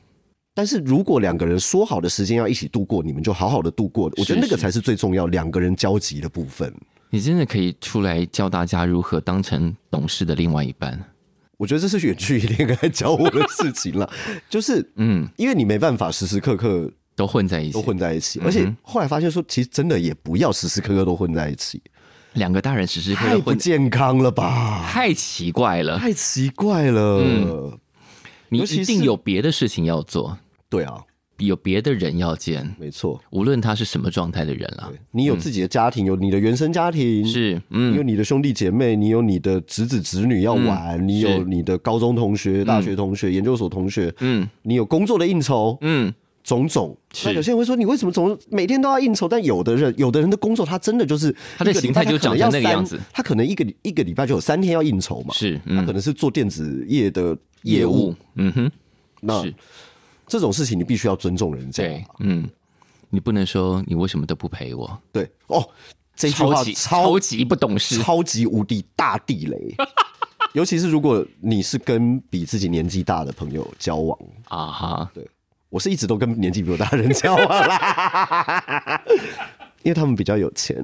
[SPEAKER 1] 但是如果两个人说好的时间要一起度过，你们就好好的度过。我觉得那个才是最重要，两个人交集的部分。
[SPEAKER 2] 你真的可以出来教大家如何当成懂事的另外一半。
[SPEAKER 1] 我觉得这是远距离恋爱教我的事情 了，就是
[SPEAKER 2] 嗯，
[SPEAKER 1] 因为你没办法时时刻刻
[SPEAKER 2] 都混在一起
[SPEAKER 1] 都，混在一起，而
[SPEAKER 2] 嗯
[SPEAKER 1] 且后来发现说，其实真的也不要时时刻刻都混在一起，
[SPEAKER 2] 两个大人时时刻
[SPEAKER 1] 太
[SPEAKER 2] 刻
[SPEAKER 1] 不
[SPEAKER 2] 混，嗯
[SPEAKER 1] 健康了吧？
[SPEAKER 2] 太奇怪了。
[SPEAKER 1] 太奇怪了。
[SPEAKER 2] 嗯你
[SPEAKER 1] 尤其
[SPEAKER 2] 一定
[SPEAKER 1] 是
[SPEAKER 2] 有别的事情要做，
[SPEAKER 1] 对啊，
[SPEAKER 2] 有别的人要见，
[SPEAKER 1] 没错，
[SPEAKER 2] 无论他是什么状态的人啦。
[SPEAKER 1] 你有自己的家庭，有你的原生家庭，
[SPEAKER 2] 嗯是，
[SPEAKER 1] 你
[SPEAKER 2] 嗯
[SPEAKER 1] 有你的兄弟姐妹，你有你的侄子侄女要玩，
[SPEAKER 2] 嗯
[SPEAKER 1] 你有你的高中同学、大学同学、研究所同学，
[SPEAKER 2] 嗯
[SPEAKER 1] 你有工作的应酬，
[SPEAKER 2] 嗯，
[SPEAKER 1] 种种。
[SPEAKER 2] 是
[SPEAKER 1] 那有些人会说，你为什么总每天都要应酬？但有的人，有的人的工作，他真的就是
[SPEAKER 2] 他的
[SPEAKER 1] 一个礼
[SPEAKER 2] 形
[SPEAKER 1] 拜
[SPEAKER 2] 态就
[SPEAKER 1] 他可能
[SPEAKER 2] 长
[SPEAKER 1] 要
[SPEAKER 2] 成那个
[SPEAKER 1] 三
[SPEAKER 2] 样子
[SPEAKER 1] 他可能一个一个礼拜就有三天要应酬嘛，
[SPEAKER 2] 是，
[SPEAKER 1] 他
[SPEAKER 2] 嗯，
[SPEAKER 1] 可能是做电子业的业
[SPEAKER 2] 业
[SPEAKER 1] 务，
[SPEAKER 2] 务，嗯哼，
[SPEAKER 1] 那
[SPEAKER 2] 是
[SPEAKER 1] 这种事情你必须要尊重人家。
[SPEAKER 2] 对，嗯，你不能说你为什么都不陪我，
[SPEAKER 1] 对哦，这句
[SPEAKER 2] 超
[SPEAKER 1] 话
[SPEAKER 2] 级
[SPEAKER 1] 超
[SPEAKER 2] 超级不懂事，
[SPEAKER 1] 超级无敌大地雷。尤其是如果你是跟比自己年纪大的朋友交往，
[SPEAKER 2] 啊哈，
[SPEAKER 1] 我是一直都跟年纪比我大的人交往啦， 因为他们比较有钱。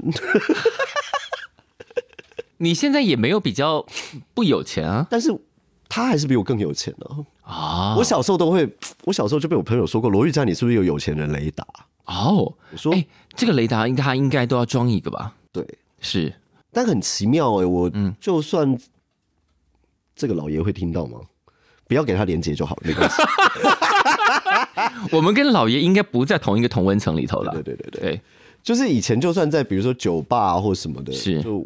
[SPEAKER 2] 你现在也没有比较不有钱啊
[SPEAKER 1] 但是他还是比我更有钱呢、
[SPEAKER 2] 啊
[SPEAKER 1] 我小时候都会，我小时候就被我朋友说过，罗玉佳，你是不是有有钱人雷达？
[SPEAKER 2] 哦，
[SPEAKER 1] 我说、
[SPEAKER 2] 哎，这个雷达应该他应该都要装一个吧？
[SPEAKER 1] 对，
[SPEAKER 2] 是
[SPEAKER 1] 但很奇妙哎、我就算这个老爷会听到吗？不要给他连接就好了，没关系。
[SPEAKER 2] 我们跟老爷应该不在同一个同温层里头了，
[SPEAKER 1] 对对对对，
[SPEAKER 2] 对，
[SPEAKER 1] 就是以前就算在比如说酒吧啊或什么的，
[SPEAKER 2] 是
[SPEAKER 1] 就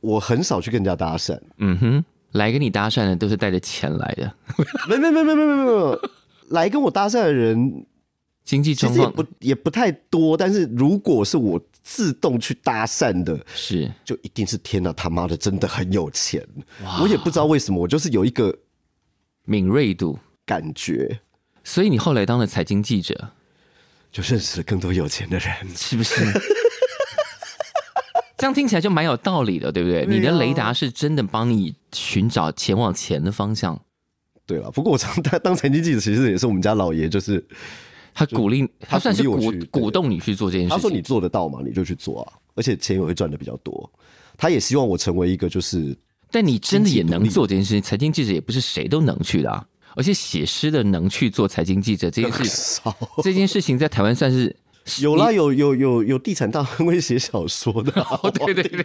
[SPEAKER 1] 我很少去跟人家搭讪，
[SPEAKER 2] 嗯哼，来跟你搭讪的都是带着钱来的，
[SPEAKER 1] 没没没没没没没没，来跟我搭讪的人
[SPEAKER 2] 经济
[SPEAKER 1] 其
[SPEAKER 2] 状
[SPEAKER 1] 实也
[SPEAKER 2] 况
[SPEAKER 1] 不也不太多，但是如果是我自动去搭讪的，
[SPEAKER 2] 是
[SPEAKER 1] 就一定是天哪他妈的真的很有钱，我也不知道为什么，我就是有一个
[SPEAKER 2] 敏锐度，
[SPEAKER 1] 感觉，
[SPEAKER 2] 所以你后来当了财经记者，
[SPEAKER 1] 就认识了更多有钱的人。
[SPEAKER 2] 是不是？这样听起来就蛮有道理的，对不对？
[SPEAKER 1] 对啊
[SPEAKER 2] 你的雷达是真的帮你寻找前往前的方向，
[SPEAKER 1] 对了，不过我常 当当财经记者，其实也是我们家老爷，就是
[SPEAKER 2] 他鼓励，
[SPEAKER 1] 他
[SPEAKER 2] 他算是
[SPEAKER 1] 鼓励
[SPEAKER 2] 鼓
[SPEAKER 1] 我去
[SPEAKER 2] 鼓动你去做这件事
[SPEAKER 1] 他
[SPEAKER 2] 情。
[SPEAKER 1] 说你做得到嘛，你就去做啊，而且钱也会赚的比较多。他也希望我成为一个就是
[SPEAKER 2] 但你真的也
[SPEAKER 1] 经济独
[SPEAKER 2] 能
[SPEAKER 1] 立
[SPEAKER 2] 做这件事情，财经记者也不是谁都能去的、啊，而且写诗的能去做财经记者这件 事，
[SPEAKER 1] 少
[SPEAKER 2] 这件事情在台湾算是
[SPEAKER 1] 有啦，有有有有地产大亨会写小说的、啊，
[SPEAKER 2] 哦，对对对，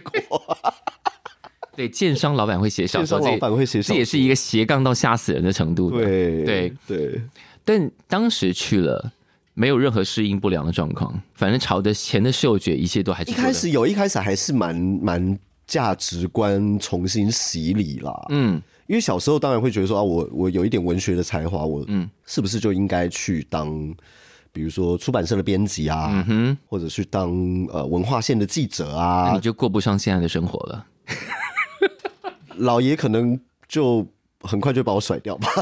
[SPEAKER 2] 对，建商老板会写小说，
[SPEAKER 1] 建商老板会写小
[SPEAKER 2] 这
[SPEAKER 1] 说
[SPEAKER 2] 也是一个斜杠到吓死人的程度的。
[SPEAKER 1] 对
[SPEAKER 2] 对
[SPEAKER 1] 对，
[SPEAKER 2] 但当时去了，没有任何适应不良的状况，反正朝着钱的嗅觉，一切都还是
[SPEAKER 1] 一
[SPEAKER 2] 觉得
[SPEAKER 1] 开，始有，一开始还是蛮蛮价值观重新洗礼啦。
[SPEAKER 2] 嗯，
[SPEAKER 1] 因为小时候当然会觉得说啊，我我有一点文学的才华，我是不是就应该去当，比如说出版社的编辑
[SPEAKER 2] 嗯
[SPEAKER 1] 啊，或者去当呃文化线的记者
[SPEAKER 2] 那
[SPEAKER 1] 啊
[SPEAKER 2] 你，就过不上现在的生活了。
[SPEAKER 1] 老爷可能就很快就把我甩掉吧。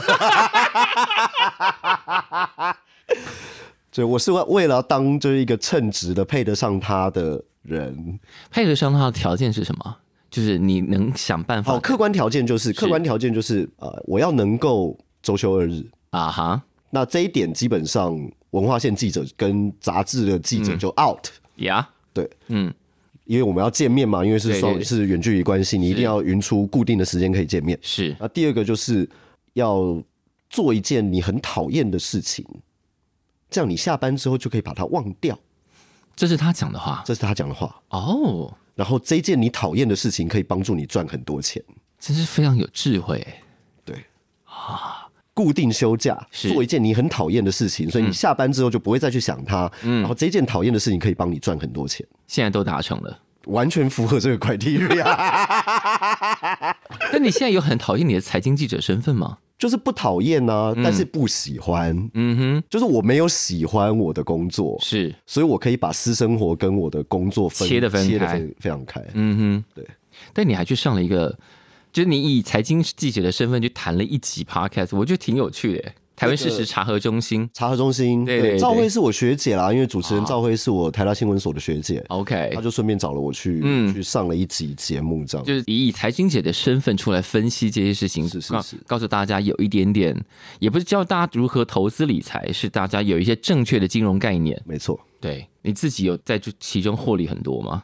[SPEAKER 1] 对，我是为为了当就是一个称职的、配得上他的人。
[SPEAKER 2] 配合上他的条件是什么？就是你能想办
[SPEAKER 1] 好，
[SPEAKER 2] 法
[SPEAKER 1] 客观条件就是客观条件就是呃，我要能够周休二日。
[SPEAKER 2] 啊哈
[SPEAKER 1] 那这一点基本上文化线记者跟杂志的记
[SPEAKER 2] 嗯
[SPEAKER 1] 者就 out，、
[SPEAKER 2] 呀，
[SPEAKER 1] 对，
[SPEAKER 2] 嗯，
[SPEAKER 1] 因为我们要见面嘛，因为是
[SPEAKER 2] 对
[SPEAKER 1] 双
[SPEAKER 2] 对
[SPEAKER 1] 是远距离关系，你一定要匀出固定的时间可以见面。
[SPEAKER 2] 是
[SPEAKER 1] 那第二个就是要做一件你很讨厌的事情，这样你下班之后就可以把它忘掉。
[SPEAKER 2] 这是他讲的话
[SPEAKER 1] 这是他讲的话。
[SPEAKER 2] 哦，
[SPEAKER 1] 然后这件你讨厌的事情可以帮助你赚很多钱。
[SPEAKER 2] 真是非常有智慧。
[SPEAKER 1] 对啊，固定休假
[SPEAKER 2] 是嗯
[SPEAKER 1] 做一件你很讨厌的事情，所以你下班之后就不会再去想它。然后这件讨厌的事情可以帮你赚很多钱，
[SPEAKER 2] 现在都达成了，
[SPEAKER 1] 完全符合这个 criteria，
[SPEAKER 2] 但你现在有很讨厌你的财经记者身份吗？
[SPEAKER 1] 就是不讨厌啊，但是不喜欢，
[SPEAKER 2] 嗯
[SPEAKER 1] 就是我没有喜欢我的工作
[SPEAKER 2] 哼，。是，
[SPEAKER 1] 所以我可以把私生活跟我的工作分
[SPEAKER 2] 切得分
[SPEAKER 1] 切得
[SPEAKER 2] 开
[SPEAKER 1] 非非常开。
[SPEAKER 2] 嗯哼，
[SPEAKER 1] 对。
[SPEAKER 2] 但你还去上了一个，就是你以财经记者的身份去谈了一集 podcast，我觉得挺有趣的耶。台湾事实查核中心。
[SPEAKER 1] 茶核中心，
[SPEAKER 2] 对对对
[SPEAKER 1] 赵慧是我学姐啦，因为主持人
[SPEAKER 2] 啊
[SPEAKER 1] 赵慧是我台大新闻所的学姐，
[SPEAKER 2] OK，
[SPEAKER 1] 她就顺便找了我去、
[SPEAKER 2] 嗯
[SPEAKER 1] 去上了一集节目，这样
[SPEAKER 2] 就是以财经姐的身份出来分析这些事情，
[SPEAKER 1] 是是
[SPEAKER 2] 告
[SPEAKER 1] 是
[SPEAKER 2] 告诉大家有一点点，也不是教大家如何投资理财，是大家有一些正确的金融概念。
[SPEAKER 1] 没错。
[SPEAKER 2] 对你自己有在这其中获利很多吗？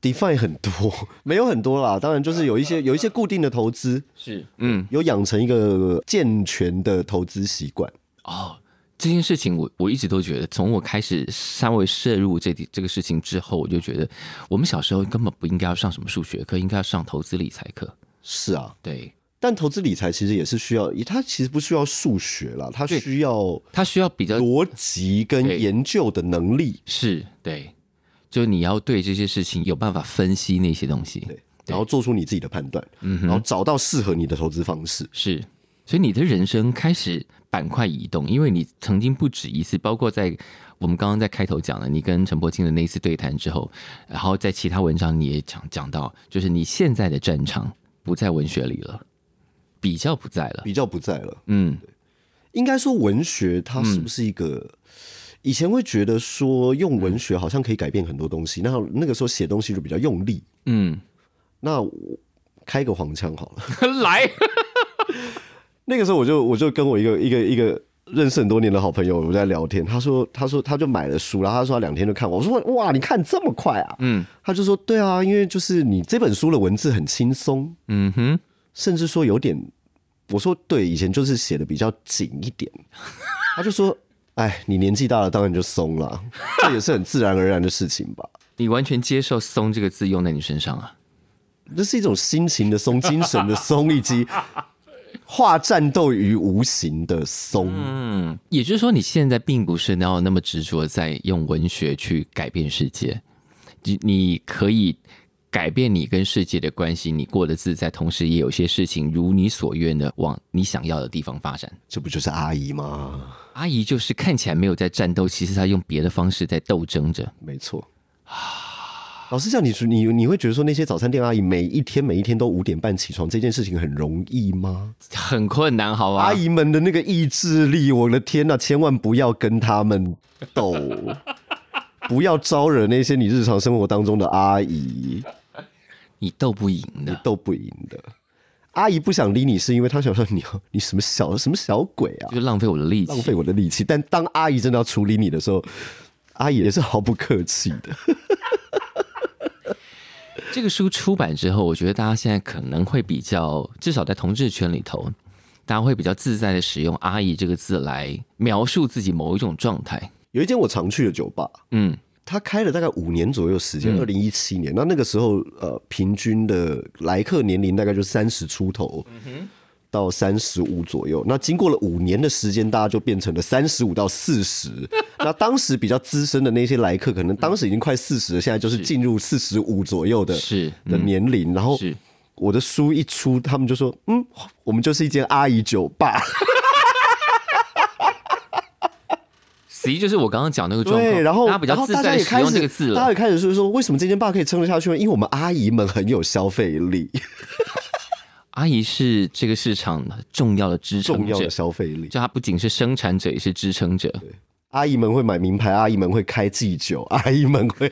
[SPEAKER 1] define 很多，没有很多啦，当然就是有一些有一些固定的投资，
[SPEAKER 2] 是，嗯，
[SPEAKER 1] 有养成一个健全的投资习惯。
[SPEAKER 2] 哦，这件事情我我一直都觉得，从我开始稍微涉入这这个事情之后，我就觉得我们小时候根本不应该要上什么数学课，应该要上投资理财课。
[SPEAKER 1] 是啊，
[SPEAKER 2] 对，
[SPEAKER 1] 但投资理财其实也是需要，它其实不需要数学啦，它
[SPEAKER 2] 对
[SPEAKER 1] 需要
[SPEAKER 2] 它需要比较
[SPEAKER 1] 逻辑
[SPEAKER 2] 对
[SPEAKER 1] 跟研究的能力，
[SPEAKER 2] 是对，就是你要对这些事情有办法分析那些东西。
[SPEAKER 1] 然后做出你自己的判断，
[SPEAKER 2] 嗯
[SPEAKER 1] 然后找到适合你的投资方式。
[SPEAKER 2] 是，所以你的人生开始板块移动，因为你曾经不止一次，包括在我们刚刚在开头讲的，你跟陈柏青的那一次对谈之后，然后在其他文章你也讲讲到，就是你现在的战场不在文学里了，比较不在了。
[SPEAKER 1] 比较不在了。
[SPEAKER 2] 嗯，
[SPEAKER 1] 应该说，文学它是不是一个？以前会觉得说用文学好像可以改变很多东西，那那个时候写东西就比较用力。
[SPEAKER 2] 嗯，
[SPEAKER 1] 那我开个黄腔好了。
[SPEAKER 2] 来，
[SPEAKER 1] 那个时候我就我就跟我一个一个一个认识很多年的好朋友，我们在聊天，他说他说他就买了书，然后他说他两天就看完，我说哇，你看这么快啊？
[SPEAKER 2] 嗯
[SPEAKER 1] 他就说对啊，因为就是你这本书的文字很轻松，
[SPEAKER 2] 嗯哼，
[SPEAKER 1] 甚至说有点，我说对，以前就是写的比较紧一点，他就说。哎，你年纪大了，当然就松了，这也是很自然而然的事情吧。
[SPEAKER 2] 你完全接受“松”这个字用在你身上啊？
[SPEAKER 1] 这是一种心情的松，精神的松，以及化战斗于无形的松。
[SPEAKER 2] 嗯，也就是说，你现在并不是要那么执着在用文学去改变世界，你你可以改变你跟世界的关系，你过得自在，同时也有些事情如你所愿的往你想要的地方发展。
[SPEAKER 1] 这不就是阿姨吗？
[SPEAKER 2] 阿姨就是看起来没有在战斗，其实她用别的方式在斗争着。
[SPEAKER 1] 没错。老师讲，你你你会觉得说那些早餐店阿姨每一天每一天都五点半起床这件事情很容易吗？
[SPEAKER 2] 很困难，好吧？
[SPEAKER 1] 阿姨们的那个意志力，我的天呐、千万不要跟他们斗，不要招惹那些你日常生活当中的阿姨，
[SPEAKER 2] 你斗不赢的，
[SPEAKER 1] 斗不赢的。阿姨不想理你，是因为她想说你你什么小什么小鬼 啊，
[SPEAKER 2] 就浪费我的力气。
[SPEAKER 1] 浪费我的力气。但当阿姨真的要处理你的时候，阿姨也是毫不客气的。
[SPEAKER 2] 这个书出版之后，我觉得大家现在可能会比较，至少在同志圈里头，大家会比较自在的使用“阿姨”这个字来描述自己某一种状态。
[SPEAKER 1] 有一间我常去的酒吧，
[SPEAKER 2] 嗯，
[SPEAKER 1] 他开了大概五年左右时间，二零一七年。那那个时候，呃，平均的来客年龄大概就三十出头，
[SPEAKER 2] 嗯
[SPEAKER 1] 到三十五左右。那经过了五年的时间，大家就变成了三十五到四 十。那当时比较资深的那些来客，可能当时已经快四十了，现在就是进入四十五左右的
[SPEAKER 2] 是嗯
[SPEAKER 1] 的年龄。然后
[SPEAKER 2] 是
[SPEAKER 1] 我的书一出，他们就说：“嗯，我们就是一间阿姨酒吧。
[SPEAKER 2] 死一就是我刚刚讲那个”状况，
[SPEAKER 1] 对，然后
[SPEAKER 2] 大家比较
[SPEAKER 1] 然后
[SPEAKER 2] 自
[SPEAKER 1] 大家
[SPEAKER 2] 在地
[SPEAKER 1] 也
[SPEAKER 2] 使
[SPEAKER 1] 开
[SPEAKER 2] 用
[SPEAKER 1] 始
[SPEAKER 2] 这个字
[SPEAKER 1] 大家
[SPEAKER 2] 了。
[SPEAKER 1] 也开始说说为什么这间吧可以撑得下去呢？因为我们阿姨们很有消费 力。
[SPEAKER 2] 阿姨是这个市场重要的支撑
[SPEAKER 1] 重要
[SPEAKER 2] 者
[SPEAKER 1] 的，消费力。
[SPEAKER 2] 就她不仅是生产者，也是支撑者。
[SPEAKER 1] 阿姨们会买名牌，阿姨们会开祭酒，阿姨们会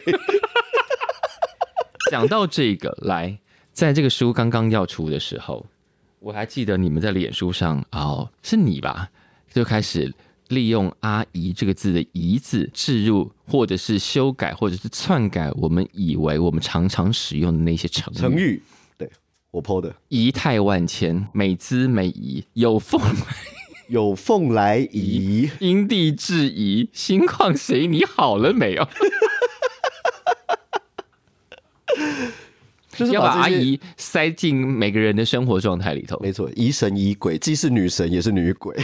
[SPEAKER 2] 讲到这个，来，在这个书刚刚要出的时候，我还记得你们在脸书上哦，是你吧，就开始利用“阿姨”这个字的“姨”字置入，或者是修改，或者是篡改我们以为我们常常使用的那些成
[SPEAKER 1] 成
[SPEAKER 2] 语，
[SPEAKER 1] 语。对我剖的，
[SPEAKER 2] 仪态万千，美姿美仪，有凤
[SPEAKER 1] 有凤来仪，
[SPEAKER 2] 因地制宜，心旷神怡。你好了 没有？
[SPEAKER 1] 就是
[SPEAKER 2] 要把阿
[SPEAKER 1] 这些，哎
[SPEAKER 2] 姨塞进每个人的生活状态里头。
[SPEAKER 1] 没错，疑神疑鬼，既是女神也是女 鬼。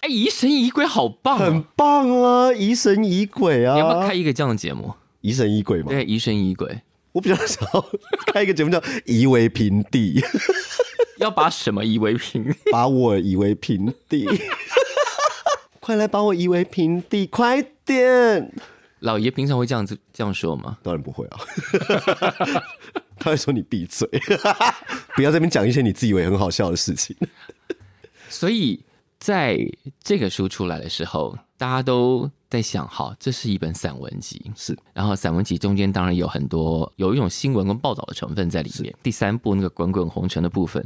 [SPEAKER 2] 哎，疑神疑鬼，好棒、啊！
[SPEAKER 1] 很棒啊，疑神疑鬼啊，
[SPEAKER 2] 你要不要开一个这样的节目？
[SPEAKER 1] 疑神疑鬼嘛？
[SPEAKER 2] 对，疑神疑鬼，
[SPEAKER 1] 我比较想要开一个节目叫《夷为平地》，
[SPEAKER 2] 要把什么夷为平？
[SPEAKER 1] 把我夷为平地，快来把我夷为平地，快点！
[SPEAKER 2] 老爷平常会这样子这样说吗？
[SPEAKER 1] 当然不会啊， 他会说你闭嘴，不要在那边讲一些你自以为很好笑的事情。
[SPEAKER 2] 所以在这个书出来的时候，大家都在想，好，这是一本散文集，
[SPEAKER 1] 是。
[SPEAKER 2] 然后散文集中间当然有很多有一种新闻跟报道的成分在里面。第三部那个滚滚红尘的部分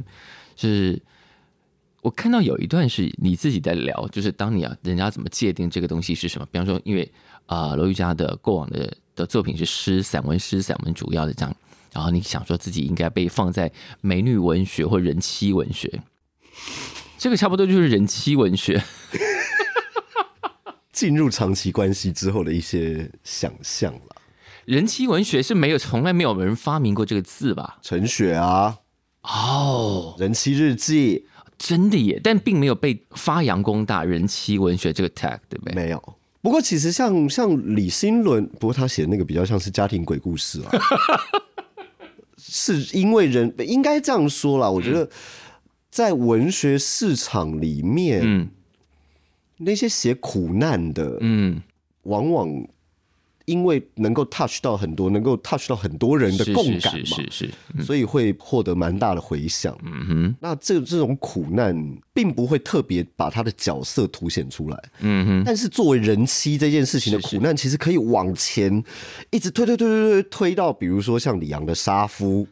[SPEAKER 2] 是。我看到有一段是你自己在聊，就是当你啊，人家怎么界定这个东西是什么？比方说，因为啊，罗、玉佳的过往的的作品是诗、散文、诗、散文主要的这样，然后你想说自己应该被放在美女文学或人妻文学，这个差不多就是人妻文学。
[SPEAKER 1] 进入长期关系之后的一些想象啦，
[SPEAKER 2] 人妻文学是没有，从来没有人发明过这个字吧？
[SPEAKER 1] 陈雪啊，
[SPEAKER 2] 哦，
[SPEAKER 1] 人妻日记
[SPEAKER 2] 真的耶，但并没有被发扬光大。人妻文学这个 tag 对不对？
[SPEAKER 1] 没有。不过其实像像李新伦，不过他写的那个比较像是家庭鬼故事啊， 是因为人应该这样说
[SPEAKER 2] 嗯
[SPEAKER 1] 啦。我觉得在文学市场里面，
[SPEAKER 2] 嗯
[SPEAKER 1] 那些写苦难的，
[SPEAKER 2] 嗯，
[SPEAKER 1] 往往因为能够 touch 到很多，能够 touch 到很多人的
[SPEAKER 2] 是
[SPEAKER 1] 共
[SPEAKER 2] 是
[SPEAKER 1] 感嘛，
[SPEAKER 2] 是是是，
[SPEAKER 1] 所以会获得蛮大的回响。
[SPEAKER 2] 嗯哼
[SPEAKER 1] 那这这种苦难，并不会特别把他的角色凸显出来，
[SPEAKER 2] 嗯哼。
[SPEAKER 1] 但是作为人妻这件事情的
[SPEAKER 2] 是是
[SPEAKER 1] 苦难，其实可以往前一直推推推推推推到，比如说像李阳的杀 夫，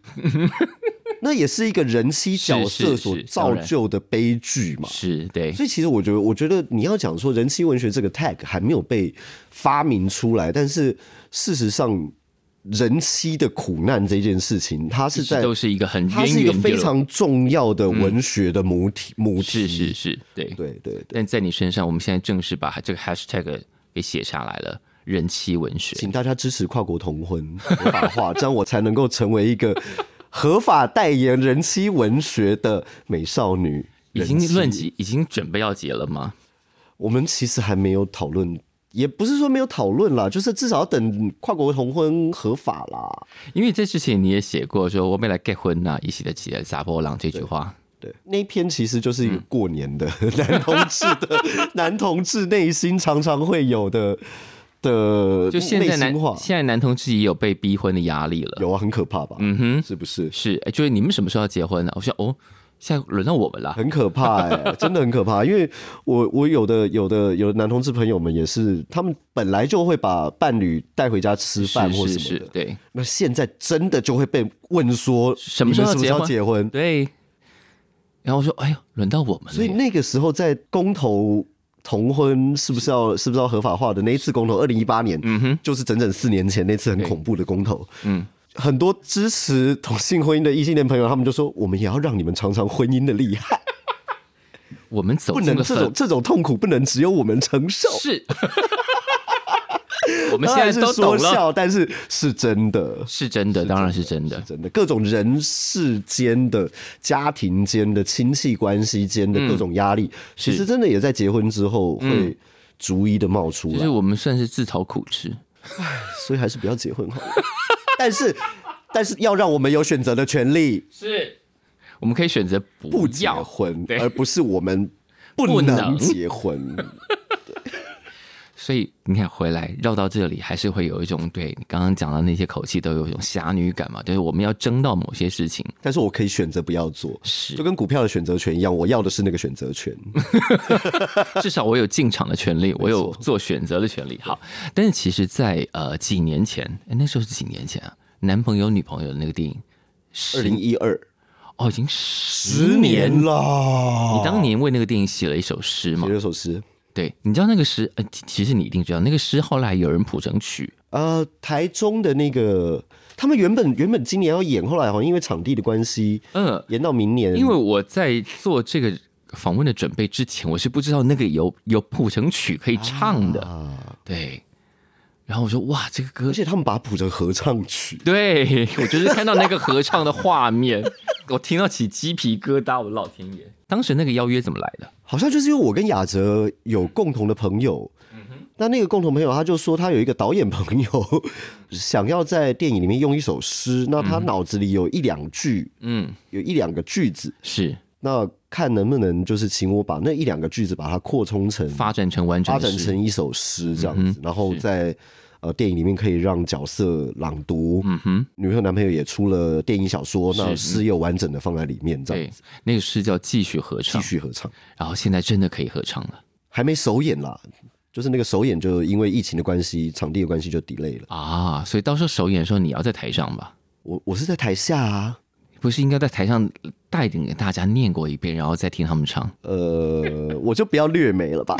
[SPEAKER 1] 那也是一个人妻角色
[SPEAKER 2] 是是
[SPEAKER 1] 所
[SPEAKER 2] 是
[SPEAKER 1] 造就的悲剧嘛。
[SPEAKER 2] 是对，
[SPEAKER 1] 所以其实我觉得，我觉得你要讲说人妻文学这个 tag 还没有被发明出来，但是事实上，人妻的苦难这件事情，它是
[SPEAKER 2] 一直
[SPEAKER 1] 在
[SPEAKER 2] 都是一个很
[SPEAKER 1] 它
[SPEAKER 2] 渊
[SPEAKER 1] 是一个
[SPEAKER 2] 源的嗯
[SPEAKER 1] 非常重要的文学的母体，母体
[SPEAKER 2] 是是是，对。
[SPEAKER 1] 对对对，
[SPEAKER 2] 但在你身上，我们现在正式把这个 hashtag 给写下来了，人妻文学。
[SPEAKER 1] 请大家支持跨国同婚合法化，这样我才能够成为一个合法代言人妻文学的美少女。
[SPEAKER 2] 已
[SPEAKER 1] 人
[SPEAKER 2] 经
[SPEAKER 1] 妻
[SPEAKER 2] 论及，已经准备要结了吗？
[SPEAKER 1] 我们其实还没有讨论，也不是说没有讨论啦，就是至少要等跨国同婚合法啦。
[SPEAKER 2] 因为在之前你也写过说，我未来结婚呐、啊，一起的起来撒波浪这句话。
[SPEAKER 1] 对，那一篇其实就是一个过年的、
[SPEAKER 2] 嗯
[SPEAKER 1] 男同志的 男同志内心常常会有的的
[SPEAKER 2] 就现在
[SPEAKER 1] 内
[SPEAKER 2] 男
[SPEAKER 1] 心话，
[SPEAKER 2] 现在男同志也有被逼婚的压力了。
[SPEAKER 1] 有啊，很可怕吧？
[SPEAKER 2] 嗯哼，
[SPEAKER 1] 是不是？
[SPEAKER 2] 是，哎就是你们什么时候要结婚呢、我想哦，现在轮到我们了。
[SPEAKER 1] 很可怕哎、真的很可怕。因为我 我有的有的有的男同志朋友们也是，他们本来就会把伴侣带回家吃饭或
[SPEAKER 2] 是
[SPEAKER 1] 什
[SPEAKER 2] 是
[SPEAKER 1] 么
[SPEAKER 2] 是
[SPEAKER 1] 的，，
[SPEAKER 2] 对
[SPEAKER 1] 那现在真的就会被问说
[SPEAKER 2] 什么时候
[SPEAKER 1] 你们什么时候
[SPEAKER 2] 结
[SPEAKER 1] 结婚？
[SPEAKER 2] 对。然后我说，哎呦，轮到我们了耶。
[SPEAKER 1] 所以那个时候在公投呃同婚是不是要是不是要合法化的那一次公投，二零一八年，嗯哼，就是整整四年前那次很恐怖的公投，嗯。很多支持同性婚姻的异性恋朋友，他们就说：“我们也要让你们尝尝婚姻的厉害，
[SPEAKER 2] 我们走
[SPEAKER 1] 不
[SPEAKER 2] 进
[SPEAKER 1] 能
[SPEAKER 2] 了
[SPEAKER 1] 这种
[SPEAKER 2] 坟
[SPEAKER 1] 这种痛苦不能只有我们承受。”
[SPEAKER 2] 是， 我们
[SPEAKER 1] 当
[SPEAKER 2] 现在
[SPEAKER 1] 然是
[SPEAKER 2] 都
[SPEAKER 1] 说
[SPEAKER 2] 懂了，
[SPEAKER 1] 笑，但是是真的，
[SPEAKER 2] 是真的，当然是真的。
[SPEAKER 1] 真的各种人世间的、家庭间的、亲戚关系间
[SPEAKER 2] 嗯
[SPEAKER 1] 的各种压力，其实真的也在结婚之后会逐一的冒出
[SPEAKER 2] 就
[SPEAKER 1] 来，
[SPEAKER 2] 是我们算是自讨苦吃，
[SPEAKER 1] 所以还是不要结婚好了。 但是，但是要让我们有选择的权利，
[SPEAKER 2] 是，我们可以选择不
[SPEAKER 1] 不结
[SPEAKER 2] 要。
[SPEAKER 1] 婚
[SPEAKER 2] 对，
[SPEAKER 1] 而不是我们
[SPEAKER 2] 不
[SPEAKER 1] 不
[SPEAKER 2] 能
[SPEAKER 1] 能结婚。
[SPEAKER 2] 所以你看，回来绕到这里，还是会有一种对你刚刚讲的那些口气，都有一种侠女感嘛，就是我们要争到某些事情。
[SPEAKER 1] 但是我可以选择不要做，
[SPEAKER 2] 是
[SPEAKER 1] 就，跟股票的选择权一样，我要的是那个选择权。
[SPEAKER 2] 至少我有进场的权利，我有做选择的权利。好，但是其实在，呃几年前，哎，那时候是几年前啊，男朋友女朋友的那个电影，
[SPEAKER 1] 二
[SPEAKER 2] 十
[SPEAKER 1] 零一二
[SPEAKER 2] 哦，已经十年了。
[SPEAKER 1] 啦
[SPEAKER 2] 你当年为那个电影写了一首诗嘛
[SPEAKER 1] 写？了首诗，
[SPEAKER 2] 对，你知道那个诗，呃，其其实你一定知道，那个诗后来有人谱成曲，
[SPEAKER 1] 呃，台中的那个，他们原本原本今年要演，后来好像因为场地的关系，
[SPEAKER 2] 嗯，
[SPEAKER 1] 延到明年。
[SPEAKER 2] 因为我在做这个访问的准备之前，我是不知道那个有有谱成曲可以唱的，
[SPEAKER 1] 啊，
[SPEAKER 2] 对。然后我说哇，这个歌
[SPEAKER 1] 而，且他们把它谱成合唱曲，
[SPEAKER 2] 对我就是看到那个合唱的画面，我听到起鸡皮疙瘩，我老天爷！当时那个邀约怎么来的？
[SPEAKER 1] 好像就是因为我跟雅哲有共同的朋友。
[SPEAKER 2] 嗯
[SPEAKER 1] 那那个共同朋友他就说，他有一个导演朋友
[SPEAKER 2] 嗯
[SPEAKER 1] 想要在电影里面用一首诗，那他脑子里有一两句，
[SPEAKER 2] 嗯，
[SPEAKER 1] 有一两个句子，
[SPEAKER 2] 是
[SPEAKER 1] 那看能不能就是请我把那一两个句子把它扩充成
[SPEAKER 2] 发展成完整
[SPEAKER 1] 发
[SPEAKER 2] 的
[SPEAKER 1] 展
[SPEAKER 2] 诗嗯
[SPEAKER 1] 成一首诗这样子，然后再呃电影里面可以让角色朗读，
[SPEAKER 2] 嗯哼，
[SPEAKER 1] 女朋友男朋友也出了电影小说，那
[SPEAKER 2] 是嗯
[SPEAKER 1] 诗也有完整的放在里面，这样
[SPEAKER 2] 对
[SPEAKER 1] 子，
[SPEAKER 2] 那个是叫继续合
[SPEAKER 1] 继
[SPEAKER 2] 唱，
[SPEAKER 1] 续合唱，
[SPEAKER 2] 然后现在真的可以合唱了
[SPEAKER 1] 还没首演啦，就是那个首演就因为疫情的关系，场地的关系就 delay 了。
[SPEAKER 2] 啊！所以到时候首演的时候你要在台上吧？
[SPEAKER 1] 我我是在台下啊，
[SPEAKER 2] 不是应该在台上带领大家念过一遍，然后再听他们唱？
[SPEAKER 1] 呃，我就不要略美 了吧。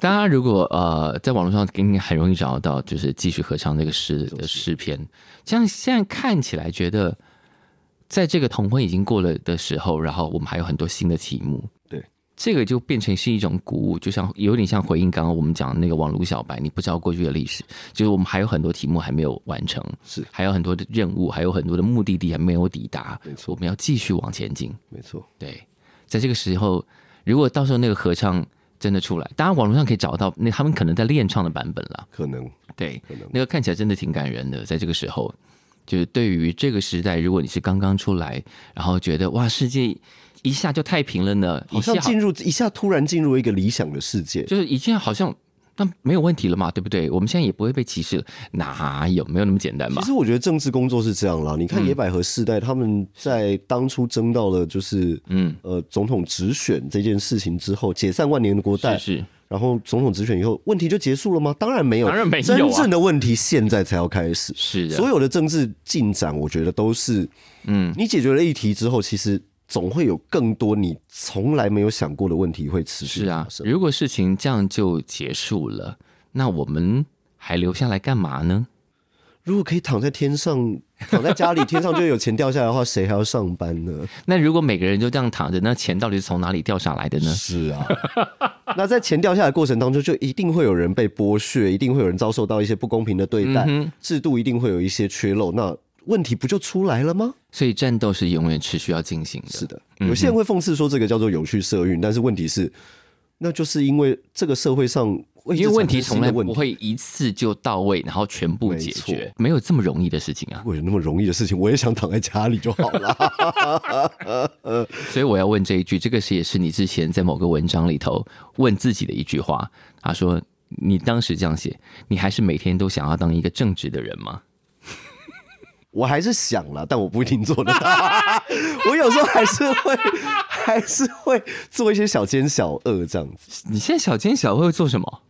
[SPEAKER 2] 大家如果呃在网络上应该很容易找到，就是继续合唱这个诗的诗篇。这样现在看起来觉得，在这个同婚已经过了的时候，然后我们还有很多新的题目。
[SPEAKER 1] 对，
[SPEAKER 2] 这个就变成是一种鼓舞，就像有点像回应刚刚我们讲的那个网络小白，你不知道过去的历史，就是我们还有很多题目还没有完成，
[SPEAKER 1] 是
[SPEAKER 2] 还有很多的任务，还有很多的目的地还没有抵达，
[SPEAKER 1] 没错
[SPEAKER 2] 我们要继续往前进。
[SPEAKER 1] 没错，
[SPEAKER 2] 对，在这个时候，如果到时候那个合唱真的出来，当然网络上可以找到那他们可能在练唱的版本啦。
[SPEAKER 1] 可能
[SPEAKER 2] 对
[SPEAKER 1] 可能，
[SPEAKER 2] 那个看起来真的挺感人的。在这个时候，就是对于这个时代，如果你是刚刚出来，然后觉得哇，世界一下就太平了呢，
[SPEAKER 1] 好
[SPEAKER 2] 一
[SPEAKER 1] 像
[SPEAKER 2] 下
[SPEAKER 1] 进入一下突然进入一个理想的世界，
[SPEAKER 2] 就是一下好像。那没有问题了嘛，对不对？我们现在也不会被歧视了，哪有没有那么简单嘛嗯
[SPEAKER 1] 其？实我觉得政治工作是这样啦，你看野百合世代，他们在当初争到了就是嗯呃总统直选这件事情之后，解散万年的国代，
[SPEAKER 2] 是是，
[SPEAKER 1] 然后总统直选以后，问题就结束了吗？当然没有，
[SPEAKER 2] 当然没有啊
[SPEAKER 1] 真正的问题现在才要开始。
[SPEAKER 2] 是啊的，
[SPEAKER 1] 所有的政治进展，我觉得都是嗯，你解决了议题之后，其实总会有更多你从来没有想过的问题会持续
[SPEAKER 2] 是啊
[SPEAKER 1] 发，生。
[SPEAKER 2] 如果事情这样就结束了，那我们还留下来干嘛呢？
[SPEAKER 1] 如果可以躺在天上，躺在家里，天上就有钱掉下来的话， 谁还要上班呢？
[SPEAKER 2] 那如果每个人就这样躺着，那钱到底是从哪里掉下来的呢？
[SPEAKER 1] 是啊， 那在钱掉下来的过程当中，就一定会有人被剥削，一定会有人遭受到一些不公平的对待，
[SPEAKER 2] 嗯
[SPEAKER 1] 制度一定会有一些缺漏，那问题不就出来了吗？
[SPEAKER 2] 所以战斗是永远持续要进行的。嗯
[SPEAKER 1] 是的，有些人会讽刺说这个叫做有趣社运，但是问题是，那就是因为这个社会上会一直
[SPEAKER 2] 因为问
[SPEAKER 1] 产生
[SPEAKER 2] 题
[SPEAKER 1] 新
[SPEAKER 2] 从来
[SPEAKER 1] 的问
[SPEAKER 2] 不
[SPEAKER 1] 题。
[SPEAKER 2] 会一次就到位，然后全部解
[SPEAKER 1] 没
[SPEAKER 2] 决，没有这么容易的事情啊
[SPEAKER 1] 如。果有那么容易的事情，我也想躺在家里就好 了。
[SPEAKER 2] 所以我要问这一句，这个是也是你之前在某个文章里头问自己的一句话。他说：“你当时这样写，你还是每天都想要当一个正直的人吗？”
[SPEAKER 1] 我还是想了，但我不一定做得到。 我有时候还是会，还是会做一些小奸小恶这样子。
[SPEAKER 2] 你现在小奸小恶会做什么？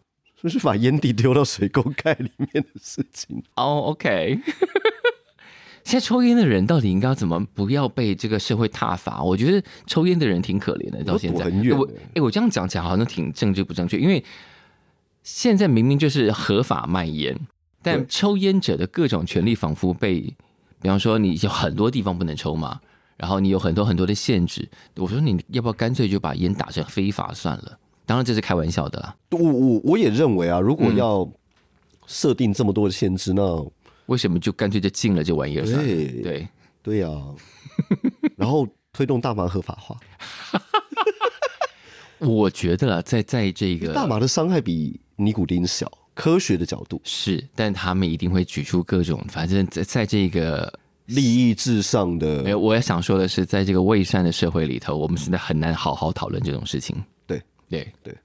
[SPEAKER 1] 就是把烟蒂丢到水沟盖里面的事情。
[SPEAKER 2] 哦、o k 现在抽烟的人到底应该要怎么不要被这个社会挞伐？我觉得抽烟的人挺可怜的，到现
[SPEAKER 1] 躲
[SPEAKER 2] 在。
[SPEAKER 1] 很远
[SPEAKER 2] 我
[SPEAKER 1] 欸
[SPEAKER 2] 哎、我这样讲起来好像挺政治不正确，因为现在明明就是合法卖烟，但
[SPEAKER 1] 对
[SPEAKER 2] 抽烟者的各种权利仿佛被，比方说你有很多地方不能抽嘛，然后你有很多很多的限制。我说你要不要干脆就把烟打成非法算了？当然这是开玩笑的啦，
[SPEAKER 1] 我我我也认为啊，如果要设定这么多的限制，那
[SPEAKER 2] 为什么就干脆就禁了这玩意儿算了？
[SPEAKER 1] 啊对
[SPEAKER 2] 对。
[SPEAKER 1] 对啊， 然后推动大麻合法化，
[SPEAKER 2] 我觉得啊在在这个
[SPEAKER 1] 大麻的伤害比尼古丁小，科学的角度，
[SPEAKER 2] 是，但他们一定会举出各种，反正在在这个
[SPEAKER 1] 利益至上的
[SPEAKER 2] 没有，我也想说的是，在这个伪善的社会里头，我们现在很难好好讨论这种事情。
[SPEAKER 1] 对
[SPEAKER 2] 对
[SPEAKER 1] 对，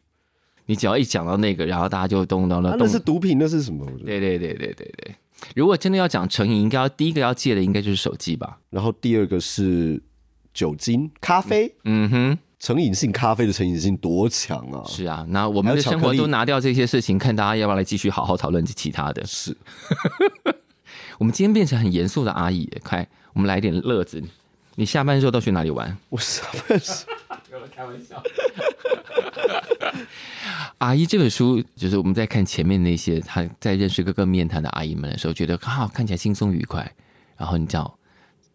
[SPEAKER 2] 你只要一讲到那个，然后大家就动到
[SPEAKER 1] 啊
[SPEAKER 2] 了
[SPEAKER 1] 那
[SPEAKER 2] 动。
[SPEAKER 1] 是毒品，那是什么？我觉得
[SPEAKER 2] 对对对对对对。如果真的要讲成瘾，应该要第一个要戒的应该就是手机吧。
[SPEAKER 1] 然后第二个是酒精、咖啡，
[SPEAKER 2] 嗯哼，
[SPEAKER 1] 成瘾性咖啡的成瘾性多强啊！
[SPEAKER 2] 是啊，那我们
[SPEAKER 1] 还有
[SPEAKER 2] 的
[SPEAKER 1] 巧
[SPEAKER 2] 生
[SPEAKER 1] 克
[SPEAKER 2] 活
[SPEAKER 1] 力
[SPEAKER 2] 都拿掉这些事情，看大家要不要来继续好好讨论其他的。
[SPEAKER 1] 是，
[SPEAKER 2] 我们今天变成很严肃的阿姨耶，快，我们来点乐子。你下班之后都去哪里玩？
[SPEAKER 1] 我是不是
[SPEAKER 2] 开玩笑。阿姨这本书，就是我们在看前面那些她在认识各个面谈的阿姨们的时候，觉得啊看起来轻松愉快，然后你知道，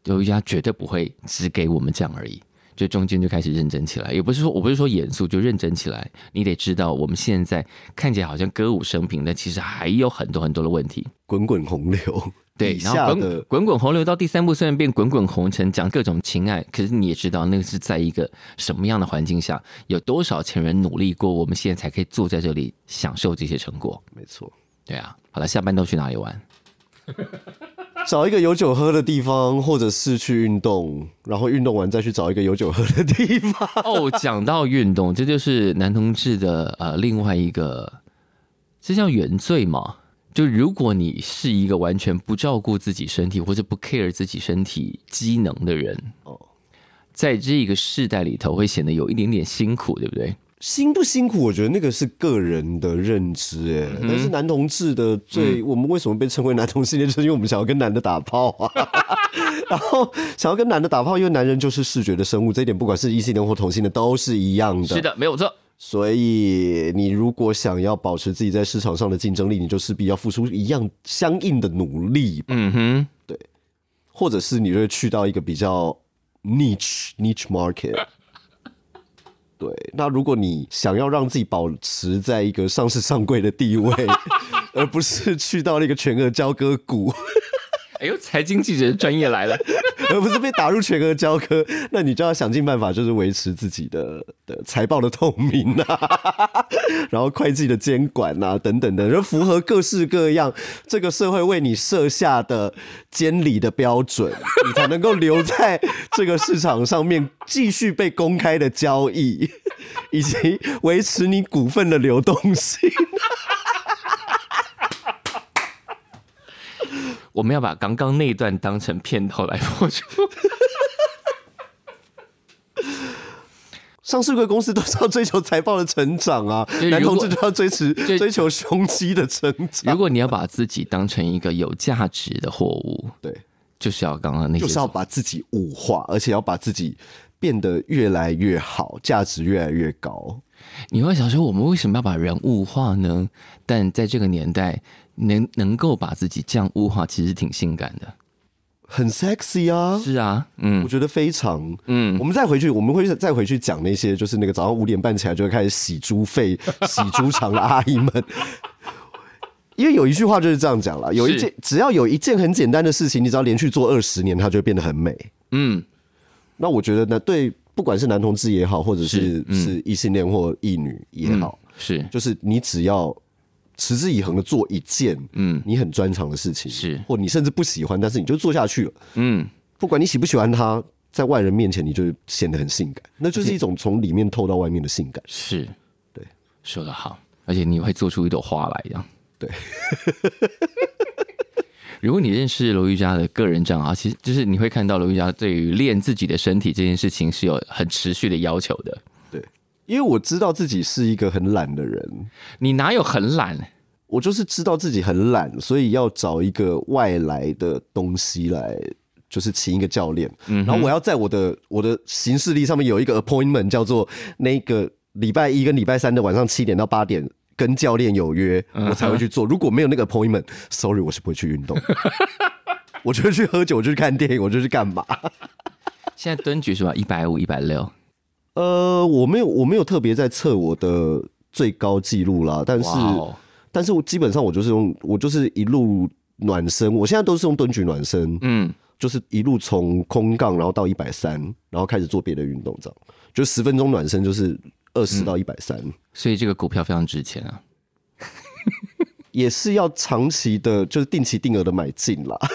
[SPEAKER 2] 有一家绝对不会只给我们这样而已。就中间就开始认真起来，也不是说我不是说严肃，就认真起来。你得知道，我们现在看起来好像歌舞升平，但其实还有很多很多的问题。
[SPEAKER 1] 滚滚红流
[SPEAKER 2] 对，
[SPEAKER 1] 以
[SPEAKER 2] 然后
[SPEAKER 1] 下
[SPEAKER 2] 滚
[SPEAKER 1] 的
[SPEAKER 2] 滚滚红流到第三部，虽然变滚滚红尘，讲各种情爱，可是你也知道，那个是在一个什么样的环境下，有多少前人努力过，我们现在才可以坐在这里享受这些成果。
[SPEAKER 1] 没错。
[SPEAKER 2] 对啊，好了，下班都去哪里玩？
[SPEAKER 1] 找一个有酒喝的地方，或者是去运动，然后运动完再去找一个有酒喝的地方。
[SPEAKER 2] 哦，讲到运动，这就是男同志的呃另外一个这叫原罪吗？就如果你是一个完全不照顾自己身体或者不 care 自己身体机能的人，
[SPEAKER 1] 哦
[SPEAKER 2] 哦，在这个世代里头会显得有一点点辛苦，对不对？
[SPEAKER 1] 辛不辛苦？我觉得那个是个人的认知、哎、但是男同志的最，我们为什么被称为男同性恋，就是因为我们想要跟男的打炮啊，然后想要跟男的打炮，因为男人就是视觉的生物，这一点不管是异性恋或同性恋都是一样的。
[SPEAKER 2] 是，的，没有错。
[SPEAKER 1] 所以你如果想要保持自己在市场上的竞争力，你就势必要付出一样相应的努力，
[SPEAKER 2] 嗯哼，
[SPEAKER 1] 或者是你就会去到一个比较 niche niche market。对，那如果你想要让自己保持在一个上市上柜的地位， 而不是去到那个全额交割股，
[SPEAKER 2] 哎呦，财经记者的专业来了。
[SPEAKER 1] 而不是被打入全额交割， 那你就要想尽办法，就是维持自己的的财报的透明啊， 然后会计的监管啊，等等的，就符合各式各样这个社会为你设下的监理的标准， 你才能够留在这个市场上面继续被公开的交易， 以及维持你股份的流动性。
[SPEAKER 2] 我们要把刚刚那一段当成片头来播出。
[SPEAKER 1] 上市贵公司都是要追求财报的成长啊，
[SPEAKER 2] 是
[SPEAKER 1] 男
[SPEAKER 2] 如
[SPEAKER 1] 同
[SPEAKER 2] 果
[SPEAKER 1] 志都要追持
[SPEAKER 2] 就
[SPEAKER 1] 追求胸肌的成长。
[SPEAKER 2] 如果你要把自己当成一个有价值的货物，
[SPEAKER 1] 对，
[SPEAKER 2] 就是要刚刚那些
[SPEAKER 1] 就是要把自己物化，而且要把自己变得越来越好，价值越来越高。
[SPEAKER 2] 你会想说，我们为什么要把人物化呢？但在这个年代，能能够把自己这样物化，其实挺性感的。
[SPEAKER 1] 很 sexy 啊！
[SPEAKER 2] 是啊，
[SPEAKER 1] 我
[SPEAKER 2] 嗯
[SPEAKER 1] 觉得非常，
[SPEAKER 2] 嗯
[SPEAKER 1] 我们再回去，我们会再回去讲那些，就是那个早上五点半起来就会开始洗猪 肺、洗猪肠的阿姨们，因为有一句话就是这样讲了，有一
[SPEAKER 2] 是
[SPEAKER 1] 件只要有一件很简单的事情，你只要连续做二十年，它就会变得很美。
[SPEAKER 2] 嗯，
[SPEAKER 1] 那我觉得呢，对，不管是男同志也好，或者是
[SPEAKER 2] 是嗯
[SPEAKER 1] 是异性恋或异女也好，
[SPEAKER 2] 是
[SPEAKER 1] 就是你只要持之以恒的做一件，嗯
[SPEAKER 2] 嗯，
[SPEAKER 1] 你很专长的事情，
[SPEAKER 2] 是
[SPEAKER 1] 或你甚至不喜欢，但是你就做下去了，
[SPEAKER 2] 嗯，
[SPEAKER 1] 不管你喜不喜欢它，在外人面前你就显得很性感，那就是一种从里面透到外面的性感。
[SPEAKER 2] 是，
[SPEAKER 1] 对，
[SPEAKER 2] 说得好，而且你会做出一朵花来一样。
[SPEAKER 1] 对，
[SPEAKER 2] 如果你认识罗玉佳的个人账号，其实就是你会看到罗玉佳对于练自己的身体这件事情是有很持续的要求的。
[SPEAKER 1] 因为我知道自己是一个很懒的人，
[SPEAKER 2] 你哪有很懒？
[SPEAKER 1] 我就是知道自己很懒，所以要找一个外来的东西来。就是请一个教练，
[SPEAKER 2] 嗯
[SPEAKER 1] 然后我要在我的我的行事历上面有一个 appointment，叫做那个礼拜一跟礼拜三的晚上七点到八点跟教练有约，
[SPEAKER 2] 嗯
[SPEAKER 1] 我才会去做。如果没有那个 appointment，sorry，我是不会去运动， 我就去喝酒，我就去看电影，我就去干嘛？
[SPEAKER 2] 现在蹲举是吧？一百五、一百六，
[SPEAKER 1] 呃，我没有我没有特别在测我的最高纪录啦，但是
[SPEAKER 2] 哇哦，
[SPEAKER 1] 但是我基本上我就是用我就是一路暖身，我现在都是用蹲举暖身，
[SPEAKER 2] 嗯，
[SPEAKER 1] 就是一路从空杠然后到一百三，然后开始做别的运动，这样就十分钟暖身就是二十
[SPEAKER 2] 嗯
[SPEAKER 1] 到一百三，
[SPEAKER 2] 所以这个股票非常值钱啊。
[SPEAKER 1] 也是要长期的，就是定期定额的买进啦。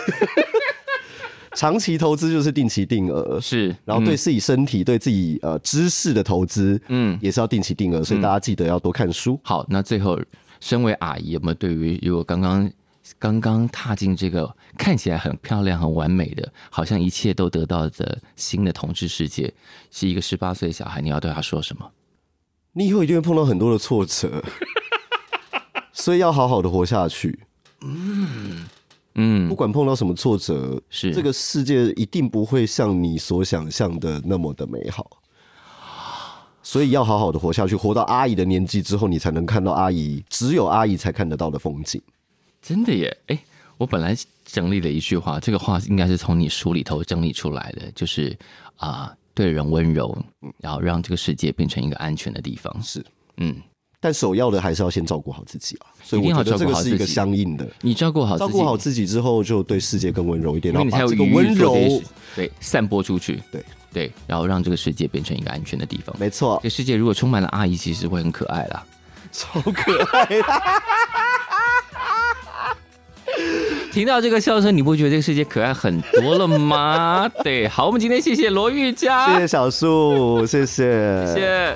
[SPEAKER 1] 长期投资就是定期定额，
[SPEAKER 2] 是，
[SPEAKER 1] 然后对自己身体、对自己呃知识的投资，嗯
[SPEAKER 2] 嗯，
[SPEAKER 1] 也是要定期定额，所以大家记得要多看书。
[SPEAKER 2] 好，那最后，身为阿姨，有没有对于如果刚刚刚刚踏进这个看起来很漂亮、很完美的，好像一切都得到的新的同志世界，是一个十八岁的小孩，你要对他说什么？
[SPEAKER 1] 你以后一定会碰到很多的挫 折，所以要好好的活下去。
[SPEAKER 2] 嗯
[SPEAKER 1] 不，管碰到什么挫折，
[SPEAKER 2] 是
[SPEAKER 1] 这个世界一定不会像你所想象的那么的美好。所以要好好的活下去，活到阿姨的年纪之后，你才能看到阿姨只有阿姨才看得到的风景。
[SPEAKER 2] 真的耶！哎，我本来整理了一句话，这个话应该是从你书里头整理出来的，就是啊、对人温柔，然后让这个世界变成一个安全的地方。
[SPEAKER 1] 是，
[SPEAKER 2] 嗯，
[SPEAKER 1] 但首要的还是要先照顾好自己啊。所以我
[SPEAKER 2] 一定
[SPEAKER 1] 觉
[SPEAKER 2] 要
[SPEAKER 1] 得这
[SPEAKER 2] 照顾
[SPEAKER 1] 个
[SPEAKER 2] 好
[SPEAKER 1] 是一个
[SPEAKER 2] 自己
[SPEAKER 1] 相应的，
[SPEAKER 2] 你照顾好自
[SPEAKER 1] 照
[SPEAKER 2] 己，
[SPEAKER 1] 顾好自己之后，就对世界更温柔一点，
[SPEAKER 2] 因
[SPEAKER 1] 然
[SPEAKER 2] 为
[SPEAKER 1] 后
[SPEAKER 2] 你才
[SPEAKER 1] 把
[SPEAKER 2] 有
[SPEAKER 1] 这个
[SPEAKER 2] 余裕
[SPEAKER 1] 温
[SPEAKER 2] 做这些
[SPEAKER 1] 柔
[SPEAKER 2] 事，对散播出去，
[SPEAKER 1] 对
[SPEAKER 2] 对，然后让这个世界变成一个安全的地方。
[SPEAKER 1] 没错
[SPEAKER 2] 这，世界如果充满了阿姨，其实会很可爱啦。
[SPEAKER 1] 超可爱的。
[SPEAKER 2] 听到这个笑声，你不觉得这个世界可爱很多了吗？ 对，好，我们今天谢谢罗玉
[SPEAKER 1] 谢
[SPEAKER 2] 佳，
[SPEAKER 1] 谢小树，谢谢，
[SPEAKER 2] 谢谢